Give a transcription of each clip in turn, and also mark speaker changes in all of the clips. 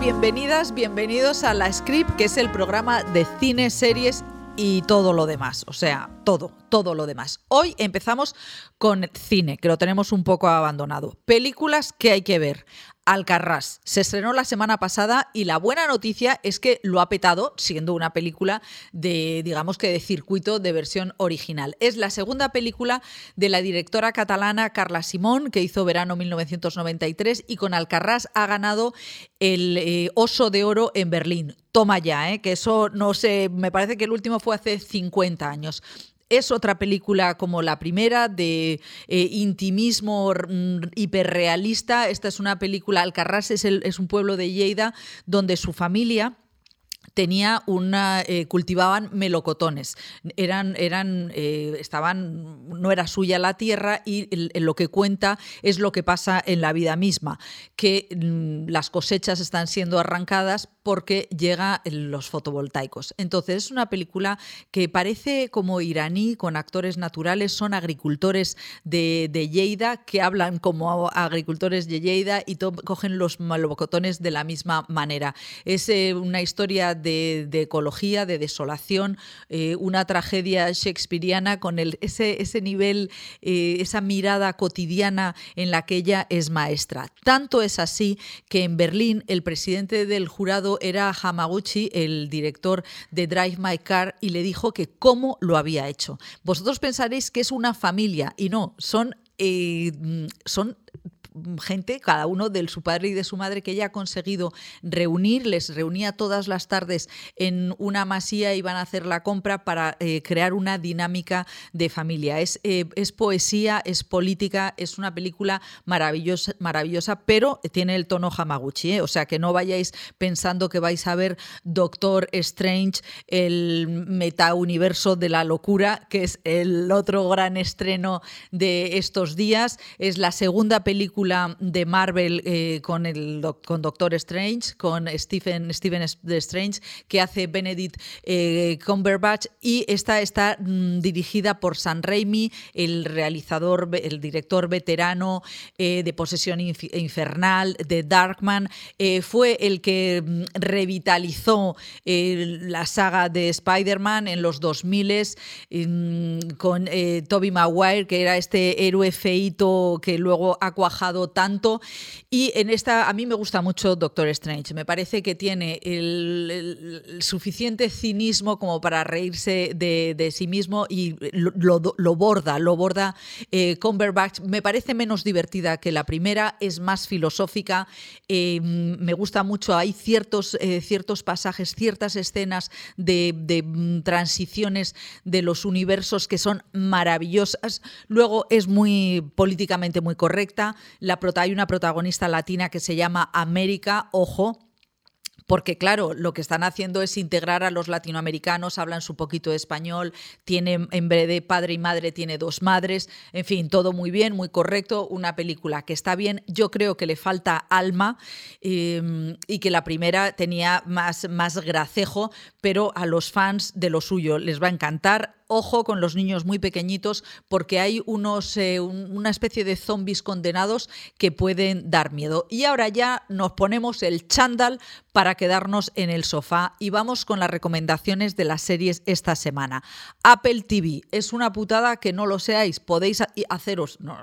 Speaker 1: Bienvenidas, bienvenidos a La Script, que es el programa de cine, series y todo lo demás. O sea, todo, todo lo demás. Hoy empezamos con cine, que lo tenemos un poco abandonado. Películas que hay que ver. Alcarrás. Se estrenó la semana pasada y la buena noticia es que lo ha petado siendo una película de, digamos que de circuito de versión original. Es la segunda película de la directora catalana Carla Simón, que hizo verano 1993 y con Alcarrás ha ganado el eh, Oso de Oro en Berlín. Toma ya, ¿eh? que eso no sé, me parece que el último fue hace 50 años es otra película como la primera de eh, intimismo mm, hiperrealista. Esta es una película, Alcarrás es, el, es un pueblo de Lleida donde su familia tenía una eh, cultivaban melocotones eran eran eh, estaban no era suya la tierra y el, el lo que cuenta es lo que pasa en la vida misma que mm, las cosechas están siendo arrancadas porque llega los fotovoltaicos entonces es una película que parece como iraní con actores naturales son agricultores de, de Lleida que hablan como agricultores de Lleida y cogen los melocotones de la misma manera es eh, una historia de, de, ecología, de desolación, eh, una tragedia shakespeariana con el, ese, ese nivel, eh, esa mirada cotidiana en la que ella es maestra. Tanto es así que en Berlín el presidente del jurado era Hamaguchi, el director de Drive My Car, y le dijo que cómo lo había hecho. Vosotros pensaréis que es una familia, y no, son... Eh, son gente, cada uno de su padre y de su madre, que ella ha conseguido reunir, les reunía todas las tardes en una masía y van a hacer la compra para eh, crear una dinámica de familia. Es, eh, es, poesía, es política, es una película maravillosa, maravillosa pero tiene el tono Hamaguchi, ¿eh? o sea que no vayáis pensando que vais a ver Doctor Strange, el metauniverso de la locura, que es el otro gran estreno de estos días. Es la segunda película de Marvel eh, con, el, con Doctor Strange, con Stephen, Stephen Strange, que hace Benedict eh, Cumberbatch, y esta está mm, dirigida por San Raimi, el realizador, el director veterano eh, de Posesión Infernal, de Darkman. eh, fue el que mm, revitalizó eh, la saga de Spider-Man en los 2000 mm, con Toby Maguire, que era este héroe feito que luego ha cuajado tanto. Y en esta, a mí me gusta mucho Doctor Strange. Me parece que tiene el, el suficiente cinismo como para reírse de, de sí mismo y lo, lo, lo borda, lo borda eh, Cumberbatch. Me parece menos divertida que la primera, es más filosófica. Eh, me gusta mucho. Hay ciertos, eh, ciertos pasajes, ciertas escenas de, de mm, transiciones de los universos que son maravillosas. Luego es muy políticamente muy correcta. La prota hay una protagonista latina que se llama América, ojo, porque claro, lo que están haciendo es integrar a los latinoamericanos, hablan su poquito de español, tienen en vez de padre y madre tiene dos madres, en fin, todo muy bien, muy correcto, una película que está bien, yo creo que le falta alma eh, y que la primera tenía más, más gracejo, pero a los fans de lo suyo les va a encantar, ojo con los niños muy pequeñitos porque hay unos, eh, un, una especie de zombies condenados que pueden dar miedo. Y ahora ya nos ponemos el chándal para quedarnos en el sofá y vamos con las recomendaciones de las series esta semana. Apple TV es una putada que no lo seáis, podéis haceros, no,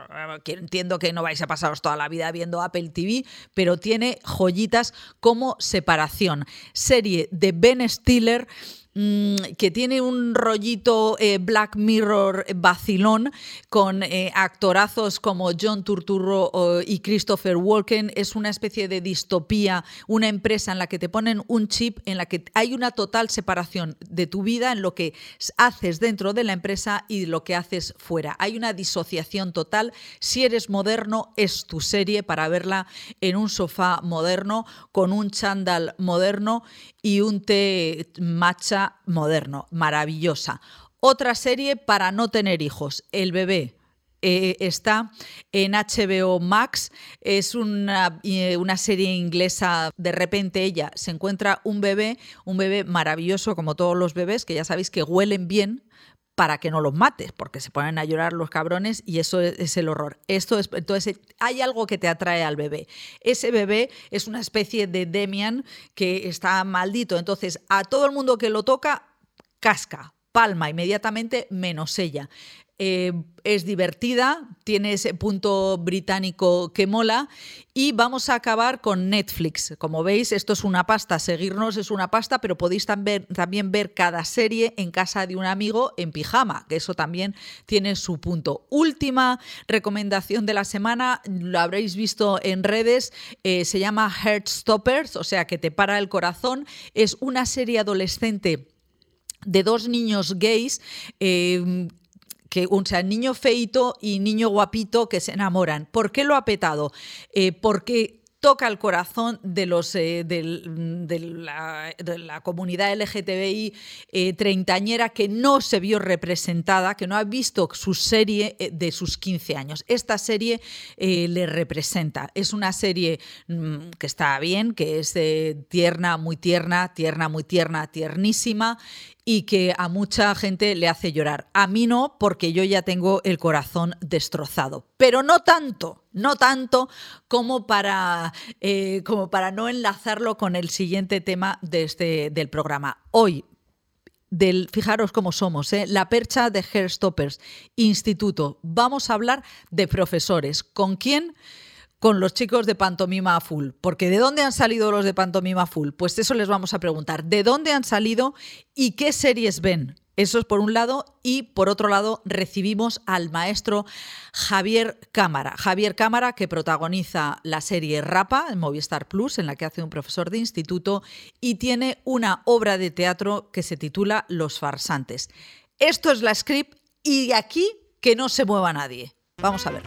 Speaker 1: entiendo que no vais a pasaros toda la vida viendo Apple TV, pero tiene joyitas como Separación, serie de Ben Stiller mm, que tiene un rollito eh, Black Mirror vacilón con eh, actorazos como John Turturro eh, y Christopher Walken. Es una especie de distopía, una empresa en la que te ponen un chip en la que hay una total separación de tu vida en lo que haces dentro de la empresa y lo que haces fuera. Hay una disociación total. Si eres moderno, es tu serie para verla en un sofá moderno, con un chándal moderno y un té matcha moderno, maravillosa. Otra serie para no tener hijos, El bebé. Eh, está en HBO Max, es una, eh, una, serie inglesa, de repente ella se encuentra un bebé, un bebé maravilloso como todos los bebés, que ya sabéis que huelen bien, para que no los mates, porque se ponen a llorar los cabrones y eso es, es el horror. Esto es, entonces, hay algo que te atrae al bebé. Ese bebé es una especie de Demian que está maldito. Entonces, a todo el mundo que lo toca, casca, palma inmediatamente, menos ella. Eh, es divertida, tiene ese punto británico que mola y vamos a acabar con Netflix. Como veis, esto es una pasta, seguirnos es una pasta, pero podéis también, también ver cada serie en casa de un amigo en pijama, que eso también tiene su punto. Última recomendación de la semana, lo habréis visto en redes, eh, se llama Heartstoppers, o sea, que te para el corazón, es una serie adolescente de dos niños gays eh, que o sea, niño feito y niño guapito que se enamoran. ¿Por qué lo ha petado? Eh, porque toca el corazón de, los, eh, del- de, la, de la comunidad LGTBI eh, treintañera que no se vio representada, que no ha visto su serie eh, de sus 15 años. Esta serie eh, le representa. Es una serie mm, que está bien, que es eh, tierna, muy tierna, tierna, muy tierna, tiernísima y que a mucha gente le hace llorar. A mí no, porque yo ya tengo el corazón destrozado. Pero no tanto, no tanto como para, eh, como para no enlazarlo con el siguiente tema de este, del programa. Hoy, del, fijaros cómo somos, ¿eh? la percha de Hairstoppers, instituto. Vamos a hablar de profesores. ¿Con quién? Con los chicos de Pantomima Full. Porque ¿de dónde han salido los de Pantomima Full? Pues eso les vamos a preguntar. ¿De dónde han salido y qué series ven? Eso es por un lado. Y por otro lado, recibimos al maestro Javier Cámara. Javier Cámara, que protagoniza la serie Rapa en Movistar Plus, en la que hace un profesor de instituto, y tiene una obra de teatro que se titula Los farsantes. Esto es la script y aquí que no se mueva nadie. Vamos a ver.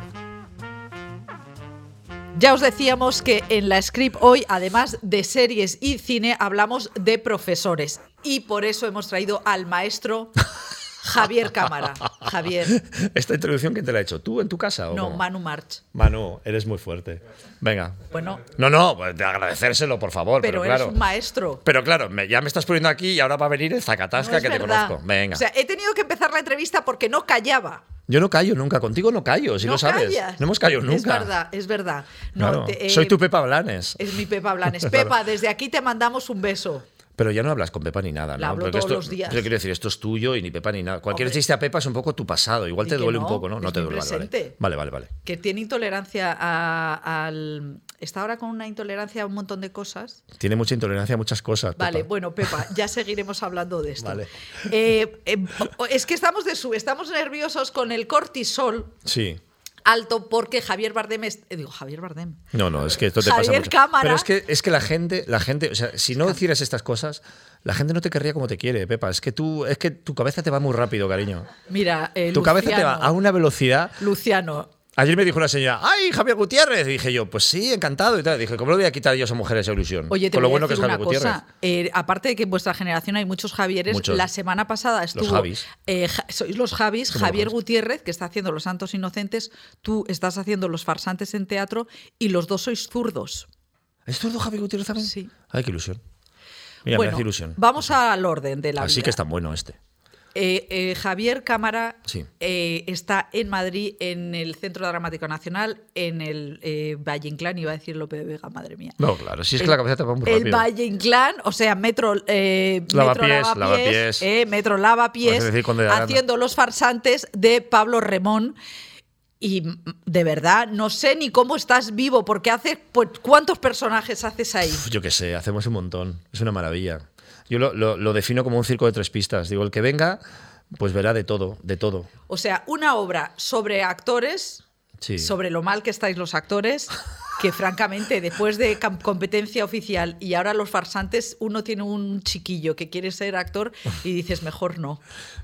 Speaker 1: Ya os decíamos que en la script hoy, además de series y cine, hablamos de profesores. Y por eso hemos traído al maestro Javier Cámara. Javier,
Speaker 2: Esta introducción, ¿quién te la ha hecho? ¿Tú en tu casa? O
Speaker 1: no,
Speaker 2: cómo?
Speaker 1: Manu March.
Speaker 2: Manu, eres muy fuerte. Venga.
Speaker 1: Bueno,
Speaker 2: No, no, pues, de agradecérselo, por favor. Pero,
Speaker 1: pero, eres
Speaker 2: claro.
Speaker 1: un maestro.
Speaker 2: Pero claro, me- ya me estás poniendo aquí y ahora va a venir el
Speaker 1: No
Speaker 2: Zacatasca
Speaker 1: es
Speaker 2: que
Speaker 1: verdad.
Speaker 2: te conozco. Venga.
Speaker 1: O sea, he tenido que empezar la entrevista porque no callaba.
Speaker 2: Yo no callo nunca, contigo no callo, si
Speaker 1: no
Speaker 2: lo sabes.
Speaker 1: callas.
Speaker 2: No hemos callado nunca.
Speaker 1: Es verdad, es verdad. No,
Speaker 2: Claro.
Speaker 1: te- eh,
Speaker 2: Soy tu Pepa Blanes.
Speaker 1: Es mi Pepa Blanes.
Speaker 2: Claro.
Speaker 1: Pepa, desde aquí te mandamos un beso.
Speaker 2: Pero ya no hablas con Pepa ni nada, ¿no?
Speaker 1: La hablo
Speaker 2: Porque
Speaker 1: todos
Speaker 2: esto-
Speaker 1: los días.
Speaker 2: Yo quiero decir, esto es tuyo y ni Pepa ni nada. Cualquier
Speaker 1: Hombre.
Speaker 2: chiste a Pepa es un poco tu pasado. Igual
Speaker 1: Y
Speaker 2: te
Speaker 1: que
Speaker 2: duele
Speaker 1: no,
Speaker 2: un poco, ¿no? No
Speaker 1: es
Speaker 2: te
Speaker 1: mi
Speaker 2: duele. Vale, vale.
Speaker 1: presente.
Speaker 2: Vale, vale, vale.
Speaker 1: Que tiene intolerancia a- al. Está ahora con una intolerancia a un montón de cosas.
Speaker 2: Tiene mucha intolerancia a muchas cosas.
Speaker 1: Vale,
Speaker 2: Pepa.
Speaker 1: bueno, Pepa, ya seguiremos hablando de esto.
Speaker 2: Vale.
Speaker 1: Eh, eh, o- es que estamos de su, estamos nerviosos con el cortisol
Speaker 2: Sí.
Speaker 1: alto porque Javier Bardem es- eh, digo Javier Bardem.
Speaker 2: No, no, es que esto te
Speaker 1: Javier
Speaker 2: pasa mucho.
Speaker 1: Cámara.
Speaker 2: Pero es que, es que la gente, la gente, o sea, si no hicieras estas cosas, la gente no te querría como te quiere, Pepa. Es que tú, es que tu cabeza te va muy rápido, cariño.
Speaker 1: Mira, eh,
Speaker 2: Tu cabeza te va
Speaker 1: Luciano,
Speaker 2: a una velocidad.
Speaker 1: Luciano,
Speaker 2: Ayer me dijo una señora, ¡ay, Javier Gutiérrez! Y dije yo, pues sí, encantado y tal. Dije, ¿cómo le voy a quitar yo a esa mujer esa ilusión?
Speaker 1: Oye, te
Speaker 2: Con lo
Speaker 1: voy a
Speaker 2: bueno que es
Speaker 1: decir una
Speaker 2: Javier Gutiérrez.
Speaker 1: cosa. Eh, aparte de que en vuestra generación hay muchos Javieres,
Speaker 2: Muchos.
Speaker 1: la semana pasada estuvo.
Speaker 2: Javis.
Speaker 1: eh, Ja- sois los Javis,
Speaker 2: Somos los
Speaker 1: Javier
Speaker 2: Javis.
Speaker 1: Gutiérrez, que está haciendo Los Santos Inocentes, tú estás haciendo Los Farsantes en teatro y los dos sois zurdos.
Speaker 2: ¿Es zurdo Javier Gutiérrez también?
Speaker 1: Sí.
Speaker 2: Ay, qué ilusión. Mira, me
Speaker 1: bueno,
Speaker 2: hace ilusión.
Speaker 1: vamos al orden de la
Speaker 2: Así
Speaker 1: vida.
Speaker 2: que es tan bueno este.
Speaker 1: Eh, eh, Javier Cámara
Speaker 2: Sí.
Speaker 1: eh, está en Madrid, en el Centro Dramático Nacional, en el eh, Valle Inclán, iba a decir Lope de Vega, madre mía.
Speaker 2: No, claro, si es que
Speaker 1: El-
Speaker 2: la cabeza te va muy
Speaker 1: El
Speaker 2: rápido.
Speaker 1: Valle Inclán, o sea, Metro, eh,
Speaker 2: Lavapiés,
Speaker 1: metro
Speaker 2: lavapiés.
Speaker 1: eh, Metro Lavapiés,
Speaker 2: Vas a decir cuando ya gana.
Speaker 1: haciendo los farsantes de Pablo Remón. Y mm, de verdad, no sé ni cómo estás vivo, porque haces, pues, ¿cuántos personajes haces ahí?
Speaker 2: Pf, Yo qué sé, hacemos un montón. Es una maravilla. Yo lo, lo- lo defino como un circo de tres pistas. Digo, el que venga, pues verá de todo, de todo.
Speaker 1: O sea, una obra sobre actores,
Speaker 2: Sí.
Speaker 1: sobre lo mal que estáis los actores, que francamente, después de cam- competencia oficial y ahora los farsantes, uno tiene un chiquillo que quiere ser actor y dices, mejor no.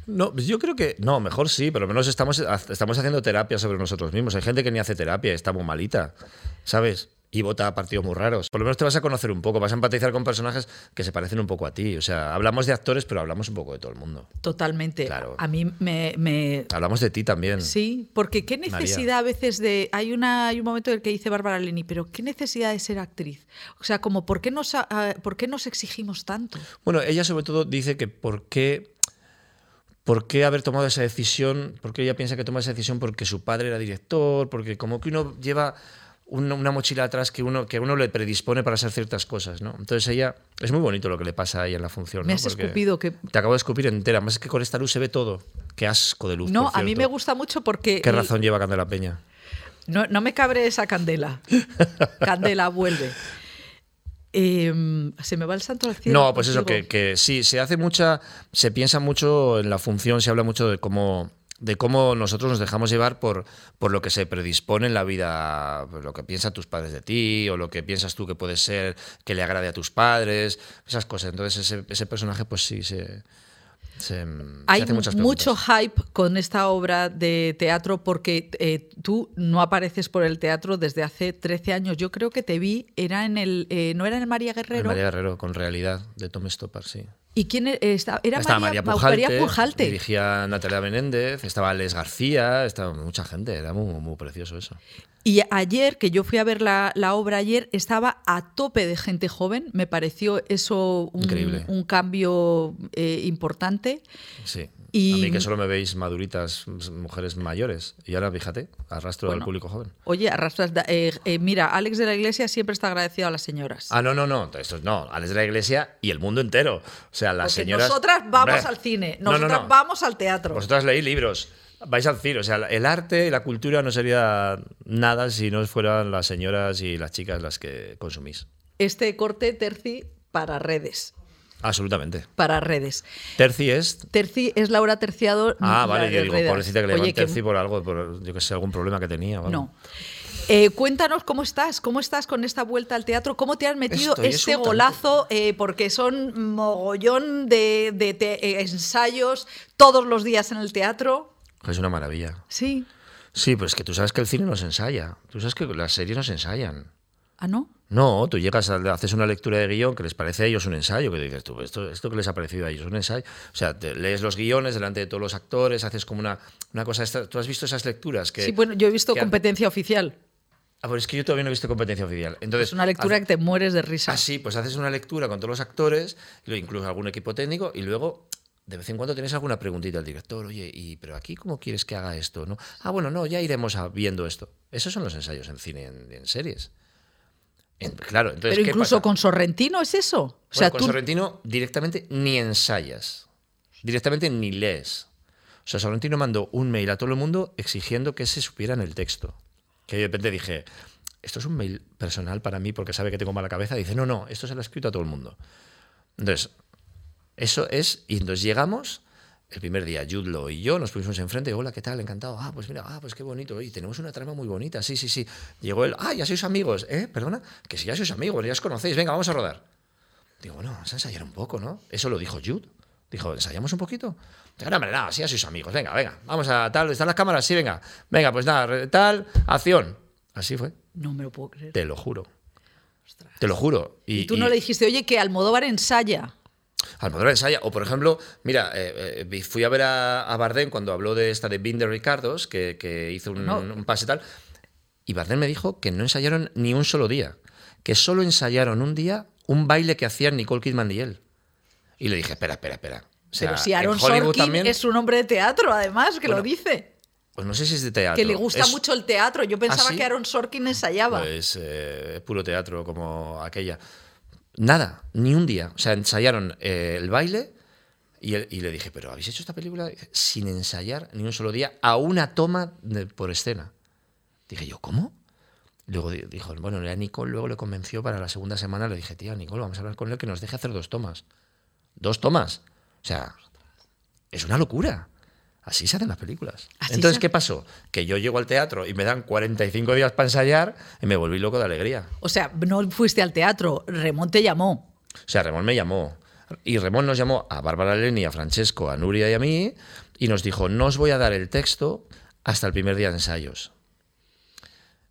Speaker 2: No, pues yo creo que. No, mejor sí, pero al menos estamos, estamos haciendo terapia sobre nosotros mismos. Hay gente que ni hace terapia, está muy malita, ¿sabes? Y vota a partidos muy raros. Por lo menos te vas a conocer un poco, vas a empatizar con personajes que se parecen un poco a ti. O sea, hablamos de actores, pero hablamos un poco de todo el mundo.
Speaker 1: Totalmente.
Speaker 2: Claro.
Speaker 1: A mí me, me-
Speaker 2: Hablamos de ti también.
Speaker 1: Sí, porque qué
Speaker 2: María.
Speaker 1: necesidad a veces de... Hay, una, hay un momento en el que dice Bárbara Leni, pero qué necesidad de ser actriz. O sea, como, ¿por qué nos,
Speaker 2: Pues
Speaker 1: ah, ¿por qué nos exigimos tanto?
Speaker 2: Bueno, ella sobre todo dice que por qué, ¿Por qué haber tomado esa decisión? ¿Por qué ella piensa que toma esa decisión porque su padre era director? Porque como que uno lleva una, una mochila atrás que uno, que uno le predispone para hacer ciertas cosas, ¿no? Entonces ella... Es muy bonito lo que le pasa a ella en la función.
Speaker 1: Me
Speaker 2: ¿no?
Speaker 1: has
Speaker 2: Porque
Speaker 1: escupido que-
Speaker 2: Te acabo de escupir entera. Más es que con esta luz se ve todo. Qué asco de luz,
Speaker 1: No,
Speaker 2: por
Speaker 1: a mí
Speaker 2: cierto.
Speaker 1: me gusta mucho porque
Speaker 2: ¿Qué razón lleva Candela Peña?
Speaker 1: No, no me cabre esa candela. Candela, vuelve. Eh, se me va el santo al cielo.
Speaker 2: No, pues eso,
Speaker 1: contigo.
Speaker 2: que, que sí, se hace mucha, se piensa mucho en la función, se habla mucho de cómo de cómo nosotros nos dejamos llevar por, por lo que se predispone en la vida, por lo que piensan tus padres de ti, o lo que piensas tú que puede ser, que le agrade a tus padres, esas cosas. Entonces ese, ese personaje, pues sí, se, se- se
Speaker 1: Hay
Speaker 2: hace muchas preguntas.
Speaker 1: mucho hype con esta obra de teatro porque eh, tú no apareces por el teatro desde hace 13 años. Yo creo que te vi, era en el, eh, no era en el María
Speaker 2: En
Speaker 1: Guerrero.
Speaker 2: María Guerrero, con realidad, de Tom Stoppard, sí.
Speaker 1: ¿Y quién era? Esta- Era
Speaker 2: estaba María, Pujalte,
Speaker 1: Pujalte.
Speaker 2: dirigía Natalia Menéndez, estaba Les García, estaba mucha gente, era muy, muy precioso eso.
Speaker 1: Y ayer, que yo fui a ver la, la obra ayer, estaba a tope de gente joven. Me pareció eso un,
Speaker 2: Increíble.
Speaker 1: un cambio eh, importante.
Speaker 2: Sí.
Speaker 1: Y-
Speaker 2: A mí que solo me veis maduritas, m- mujeres mayores. Y ahora, fíjate, arrastro
Speaker 1: Bueno.
Speaker 2: al público joven.
Speaker 1: Oye, arrastras. da- eh, eh, mira, Alex de la Iglesia siempre está agradecido a las señoras.
Speaker 2: Ah, no, no, no. Esto es- no. Alex de la Iglesia y el mundo entero. O sea, las
Speaker 1: Porque
Speaker 2: señoras.
Speaker 1: nosotras vamos
Speaker 2: Hombre.
Speaker 1: al cine,
Speaker 2: No, no,
Speaker 1: nosotras
Speaker 2: no.
Speaker 1: vamos al teatro.
Speaker 2: Vosotras leí libros. Vais al cine. O sea, el arte y la cultura no sería nada si no fueran las señoras y las chicas las que consumís.
Speaker 1: Este corte, Terci, para redes.
Speaker 2: Absolutamente.
Speaker 1: Para redes.
Speaker 2: Terci es.
Speaker 1: Terci es Laura Terciado. la
Speaker 2: Ah, vale, yo
Speaker 1: de
Speaker 2: digo,
Speaker 1: Redas.
Speaker 2: pobrecita que le
Speaker 1: Oye,
Speaker 2: llaman Terci por algo, por, yo que sé, algún problema que tenía. ¿vale?
Speaker 1: No. Eh, cuéntanos cómo estás, cómo estás con esta vuelta al teatro, cómo te han metido
Speaker 2: Estoy
Speaker 1: este
Speaker 2: exultante.
Speaker 1: golazo, eh, porque son mogollón de, de te- eh, ensayos todos los días en el teatro.
Speaker 2: Es una maravilla.
Speaker 1: Sí.
Speaker 2: Sí, pero es que tú sabes que el cine no se ensaya. Tú sabes que las series no se ensayan.
Speaker 1: Ah, no.
Speaker 2: No, tú llegas, a- haces una lectura de guión que les parece a ellos un ensayo, que dices tú, "Pues esto, esto que les ha parecido a ellos un ensayo. O sea, te lees los guiones delante de todos los actores, haces como una, una cosa. esta- ¿Tú has visto esas lecturas? Que,
Speaker 1: Sí, bueno, yo he visto
Speaker 2: que han-
Speaker 1: competencia oficial.
Speaker 2: Ah, pero es que yo todavía no he visto competencia oficial. Entonces,
Speaker 1: Es Pues una lectura que te mueres de risa.
Speaker 2: Así, pues haces una lectura con todos los actores, lo- incluso algún equipo técnico, y luego de vez en cuando tienes alguna preguntita al director, oye, y, pero aquí cómo quieres que haga esto, ¿no? Ah, bueno, no, ya iremos a- viendo esto. Esos son los ensayos en cine, y en, y en series. En- claro, entonces
Speaker 1: Pero
Speaker 2: ¿qué
Speaker 1: incluso
Speaker 2: pasa?
Speaker 1: con Sorrentino es eso. O sea,
Speaker 2: Bueno, con
Speaker 1: tú-
Speaker 2: Sorrentino directamente ni ensayas, directamente ni lees. O sea, Sorrentino mandó un mail a todo el mundo exigiendo que se supieran el texto. Que yo de repente dije, esto es un mail personal para mí porque sabe que tengo mala cabeza. Dice, no, no, esto se lo ha escrito a todo el mundo. Entonces, eso es, y entonces llegamos, el primer día Yudlo y yo nos pusimos enfrente, hola, ¿qué tal? Encantado, ah, pues mira, ah, pues qué bonito, y tenemos una trama muy bonita, sí, sí, sí. Llegó él, ah, ya sois amigos, ¿eh? Perdona, que si ya sois amigos, ya os conocéis, venga, vamos a rodar. Digo, bueno, vamos a ensayar un poco, ¿no? Eso lo dijo Jude. Dijo, ¿ensayamos un poquito? Digo, no, hombre, nada, así a sus amigos. Venga, venga, vamos a tal, ¿están las cámaras? Sí, venga. Venga, pues nada, re- tal, acción. Así fue,
Speaker 1: No me lo puedo creer.
Speaker 2: te lo juro. Te lo juro.
Speaker 1: Y, tú no le dijiste, oye, que Almodóvar ensaya.
Speaker 2: Almodóvar ensaya. O, por ejemplo, mira, eh, eh, vi- fui a ver a, a Bardem cuando habló de esta de Binder Ricardos, que, que hizo un,
Speaker 1: No.
Speaker 2: un pase tal. Y Bardem me dijo que no ensayaron ni un solo día. Que solo ensayaron un día un baile que hacían Nicole Kidman y él. Y le dije, espera, espera, espera. O sea,
Speaker 1: Pero si
Speaker 2: en
Speaker 1: Aaron
Speaker 2: Hollywood
Speaker 1: Sorkin
Speaker 2: también-
Speaker 1: es un hombre de teatro, además, que lo
Speaker 2: Bueno,
Speaker 1: dice.
Speaker 2: Pues no sé si es de teatro.
Speaker 1: Que le gusta
Speaker 2: Es- ¿Ah,
Speaker 1: mucho el teatro. Yo pensaba
Speaker 2: sí?
Speaker 1: que Aaron Sorkin ensayaba.
Speaker 2: Pues eh, puro teatro como aquella. Nada, ni un día. O sea, ensayaron eh, el baile y, él- y le dije, pero ¿habéis hecho esta película sin ensayar ni un solo día a una toma de- por escena? Dije yo, ¿cómo? Luego di- dijo, bueno, a Nicole luego le convenció para la segunda semana, le dije, tía, Nicole, vamos a hablar con él que nos deje hacer dos tomas. Dos tomas. O sea, es una locura. Así se hacen las películas.
Speaker 1: Así
Speaker 2: Entonces,
Speaker 1: se-
Speaker 2: ¿qué pasó? Que yo llego al teatro y me dan 45 días para ensayar y me volví loco de alegría.
Speaker 1: O sea, no fuiste al teatro, Remón te llamó.
Speaker 2: O sea, Ramón me llamó. Y Ramón nos llamó a Bárbara Leni, a Francesco, a Nuria y a mí y nos dijo, no os voy a dar el texto hasta el primer día de ensayos.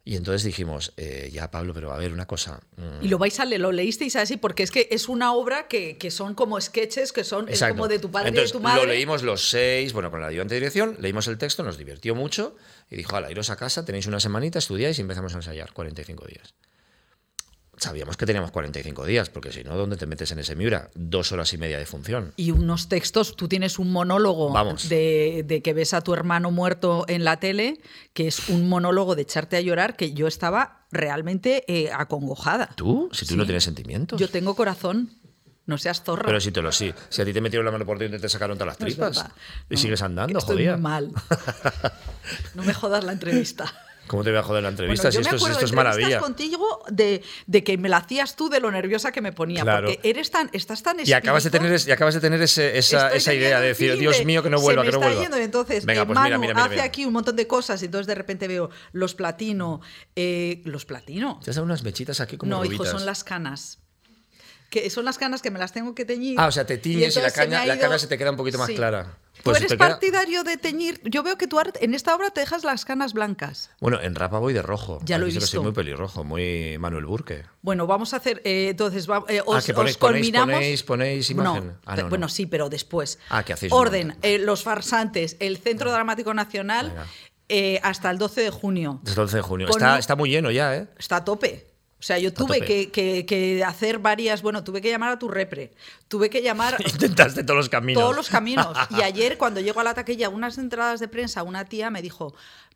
Speaker 2: Y entonces dijimos, "Eh, ya Pablo, pero a ver, una cosa. mm,
Speaker 1: Y lo vais a leer, lo leísteis así, porque es que es una obra que, que son como sketches, que son es
Speaker 2: Exacto.
Speaker 1: como de tu padre
Speaker 2: Entonces,
Speaker 1: y de tu madre.
Speaker 2: Lo leímos los seis, bueno, con el ayudante de dirección, leímos el texto, nos divirtió mucho y dijo, ala, iros a casa, tenéis una semanita, estudiáis y empezamos a ensayar, 45 días. sabíamos que teníamos 45 días, porque si no, ¿dónde te metes en ese Miura? Dos horas y media de función.
Speaker 1: Y unos textos, tú tienes un monólogo
Speaker 2: Vamos.
Speaker 1: De, de que ves a tu hermano muerto en la tele, que es un monólogo de echarte a llorar, que yo estaba realmente eh, acongojada.
Speaker 2: ¿Tú? Si tú no
Speaker 1: Sí.
Speaker 2: tienes sentimientos.
Speaker 1: Yo tengo corazón, no seas zorra.
Speaker 2: Pero si te lo sí. Si a ti te metieron la mano por dentro y te sacaron todas las
Speaker 1: No es
Speaker 2: tripas.
Speaker 1: verdad.
Speaker 2: y
Speaker 1: No,
Speaker 2: sigues andando,
Speaker 1: estoy
Speaker 2: jodida.
Speaker 1: muy mal. No me jodas la entrevista.
Speaker 2: ¿Cómo te voy a joder la entrevista?
Speaker 1: Bueno, yo
Speaker 2: si
Speaker 1: me
Speaker 2: esto, es-
Speaker 1: acuerdo de
Speaker 2: esto es
Speaker 1: entrevistas
Speaker 2: maravilla.
Speaker 1: contigo de, de que me la hacías tú de lo nerviosa que me ponía.
Speaker 2: Claro.
Speaker 1: Porque eres tan, estás tan
Speaker 2: Y acabas de
Speaker 1: espiritual.
Speaker 2: tener, es- y acabas de tener ese- esa,
Speaker 1: Estoy
Speaker 2: esa
Speaker 1: teniendo
Speaker 2: idea de
Speaker 1: un
Speaker 2: decir,
Speaker 1: feeling
Speaker 2: Dios
Speaker 1: de,
Speaker 2: mío, que no
Speaker 1: se
Speaker 2: vuelva,
Speaker 1: me
Speaker 2: que no
Speaker 1: está
Speaker 2: vuelva.
Speaker 1: yendo, y entonces,
Speaker 2: Venga,
Speaker 1: eh,
Speaker 2: pues mira,
Speaker 1: Manu
Speaker 2: mira, mira.
Speaker 1: hace
Speaker 2: mira.
Speaker 1: aquí un montón de cosas y entonces de repente veo los platino, eh, los platino.
Speaker 2: Te has dado unas mechitas aquí como
Speaker 1: No, hijo,
Speaker 2: rubitas.
Speaker 1: son las canas. Que son las canas que me las tengo que teñir.
Speaker 2: Ah, o sea, te tiñes y
Speaker 1: entonces
Speaker 2: la
Speaker 1: se me
Speaker 2: caña-
Speaker 1: ha
Speaker 2: la
Speaker 1: ido-
Speaker 2: cana se te queda un poquito más clara. Pues
Speaker 1: Tú eres
Speaker 2: te queda-
Speaker 1: partidario de teñir. Yo veo que tú ar- en esta obra te dejas las canas blancas.
Speaker 2: Bueno, en Rapa voy de rojo.
Speaker 1: Ya lo he
Speaker 2: Parece que
Speaker 1: visto.
Speaker 2: soy muy pelirrojo, muy Manuel Burke.
Speaker 1: Bueno, vamos a hacer. eh, entonces, va- eh, os,
Speaker 2: Ah, que
Speaker 1: os
Speaker 2: ponéis- ponéis-
Speaker 1: culminamos.
Speaker 2: ponéis- ponéis imagen.
Speaker 1: No,
Speaker 2: Ah,
Speaker 1: pe-
Speaker 2: no, no.
Speaker 1: Bueno, sí, pero después.
Speaker 2: Ah, que hacéis un
Speaker 1: Orden,
Speaker 2: montón.
Speaker 1: eh, los farsantes, el Centro Dramático Nacional,
Speaker 2: Venga.
Speaker 1: eh, hasta el 12 de junio.
Speaker 2: Desde el 11 de junio.
Speaker 1: Con
Speaker 2: Está,
Speaker 1: un-
Speaker 2: está muy lleno ya, ¿eh?
Speaker 1: Está a tope. O sea, yo
Speaker 2: Está a
Speaker 1: tuve
Speaker 2: tope.
Speaker 1: que, que- que hacer varias. Bueno, tuve que llamar a tu repre. Tuve que llamar.
Speaker 2: Intentaste todos los caminos.
Speaker 1: Todos los caminos. Y ayer, cuando llego a la taquilla, unas entradas de prensa, una tía me dijo,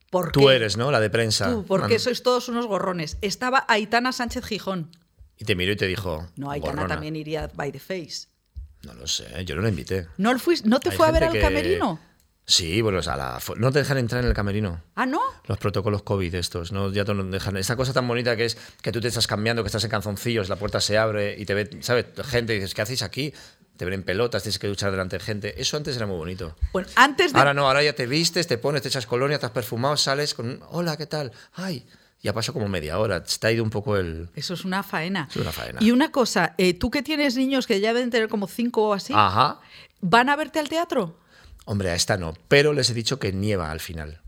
Speaker 1: ¿por
Speaker 2: Tú
Speaker 1: qué?
Speaker 2: eres, ¿no? La de prensa.
Speaker 1: Tú, ¿por
Speaker 2: Ah,
Speaker 1: qué sois todos unos gorrones? Estaba Aitana Sánchez Gijón.
Speaker 2: Y te miró y te dijo.
Speaker 1: No, Aitana
Speaker 2: "Gorrona".
Speaker 1: también iría by the face.
Speaker 2: No lo sé, yo no la invité.
Speaker 1: ¿No, el fuis- ¿no te
Speaker 2: Hay
Speaker 1: fue a ver al
Speaker 2: gente que-
Speaker 1: camerino?
Speaker 2: Sí, bueno, o sea, la fo- no te dejan entrar en el camerino.
Speaker 1: Ah, ¿no?
Speaker 2: Los protocolos COVID estos, ¿no? Ya te lo dejan. Esa cosa tan bonita que es que tú te estás cambiando, que estás en canzoncillos, la puerta se abre y te ve, ¿sabes? Gente, y dices, ¿qué hacéis aquí? Te ven en pelotas, tienes que duchar delante de gente. Eso antes era muy bonito.
Speaker 1: Bueno, antes de...
Speaker 2: Ahora no, ahora ya te vistes, te pones, te echas colonia, te has perfumado, sales con un, hola, ¿qué tal? Ay, ya pasó como media hora, te ha ido un poco el...
Speaker 1: Eso es una faena.
Speaker 2: Es una faena.
Speaker 1: Y una cosa, eh, tú que tienes niños que ya deben tener como cinco o así,
Speaker 2: Ajá.
Speaker 1: ¿van a verte al teatro?
Speaker 2: Hombre, a esta no, pero les he dicho que nieva al final.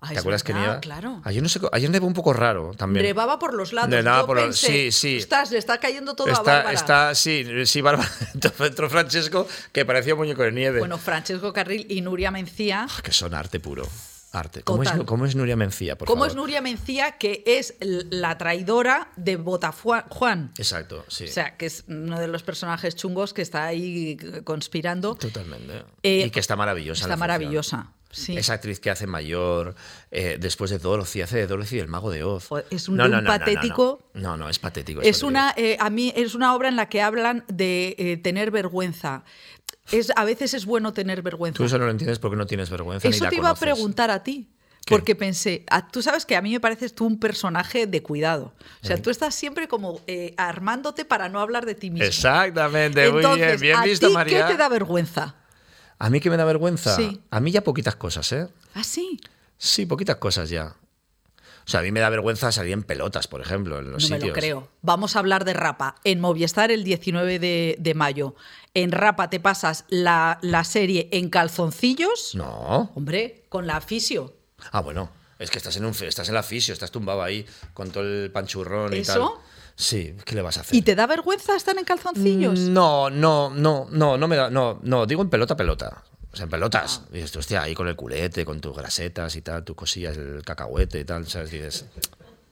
Speaker 1: Ah,
Speaker 2: ¿Te
Speaker 1: es
Speaker 2: acuerdas que
Speaker 1: verdad,
Speaker 2: nieva?
Speaker 1: Claro.
Speaker 2: Ayer, no sé, co- ayer nevó un poco raro también.
Speaker 1: Nevaba por los lados.
Speaker 2: Nevaba
Speaker 1: Yo
Speaker 2: por los-
Speaker 1: pensé,
Speaker 2: sí, sí.
Speaker 1: "Ostras, le está cayendo todo a
Speaker 2: Está,
Speaker 1: Bárbara".
Speaker 2: está, sí, sí, Bárbara. Entró entró Francesco, que parecía un muñeco de nieve.
Speaker 1: Bueno, Francesco Carril y Nuria Mencía.
Speaker 2: Ah, que son arte puro. Arte. ¿Cómo es,
Speaker 1: Total.
Speaker 2: cómo es Nuria Mencía, por
Speaker 1: Como
Speaker 2: favor?
Speaker 1: es Nuria Mencía, que es l- la traidora de Botafua- Juan.
Speaker 2: Exacto, sí.
Speaker 1: O sea, que es uno de los personajes chungos que está ahí eh, conspirando.
Speaker 2: Totalmente.
Speaker 1: Eh,
Speaker 2: y que está maravillosa. en la
Speaker 1: Está
Speaker 2: función.
Speaker 1: maravillosa. Sí.
Speaker 2: Esa actriz que hace mayor, eh, después de Dorothy, hace de Dorothy el mago de Oz.
Speaker 1: Joder, es un- de un patético.
Speaker 2: No no, no, es patético.
Speaker 1: Es
Speaker 2: patético.
Speaker 1: una, eh, a mí, es una obra en la que hablan de eh, tener vergüenza. Es, a veces es bueno tener vergüenza.
Speaker 2: Tú eso no lo entiendes porque no tienes vergüenza. ni
Speaker 1: Eso
Speaker 2: la
Speaker 1: te iba a
Speaker 2: conoces.
Speaker 1: preguntar a ti.
Speaker 2: ¿Qué?
Speaker 1: Porque pensé, a- tú sabes que a mí me pareces tú un personaje de cuidado. O
Speaker 2: Eh.
Speaker 1: sea, tú estás siempre como eh, armándote para no hablar de ti mismo.
Speaker 2: Exactamente, muy bien.
Speaker 1: Entonces,
Speaker 2: Bien
Speaker 1: ¿a
Speaker 2: visto,
Speaker 1: ti
Speaker 2: María.
Speaker 1: ¿Qué te da vergüenza?
Speaker 2: A mí que me da vergüenza.
Speaker 1: Sí.
Speaker 2: A mí ya poquitas cosas, ¿eh?
Speaker 1: Ah, sí.
Speaker 2: Sí, poquitas cosas ya. O sea, a mí me da vergüenza salir en pelotas, por ejemplo, en los
Speaker 1: no
Speaker 2: sitios.
Speaker 1: me lo creo. Vamos a hablar de Rapa en Movistar el 19 de, de mayo. En Rapa te pasas la, la serie en calzoncillos.
Speaker 2: No.
Speaker 1: Hombre, con la fisio.
Speaker 2: Ah, bueno. Es que estás en un fi- estás en la fisio, estás tumbado ahí con todo el panchurrón y
Speaker 1: ¿Eso?
Speaker 2: tal. Sí, ¿qué le vas a hacer?
Speaker 1: ¿Y te da vergüenza estar en calzoncillos?
Speaker 2: No, no, no, no, no me da. No, no, digo en pelota, pelota. O sea,
Speaker 1: Ah.
Speaker 2: en pelotas. Y dices, tú, hostia, ahí con el culete, con tus grasetas y tal, tus cosillas, el cacahuete y tal, ¿sabes? Dices,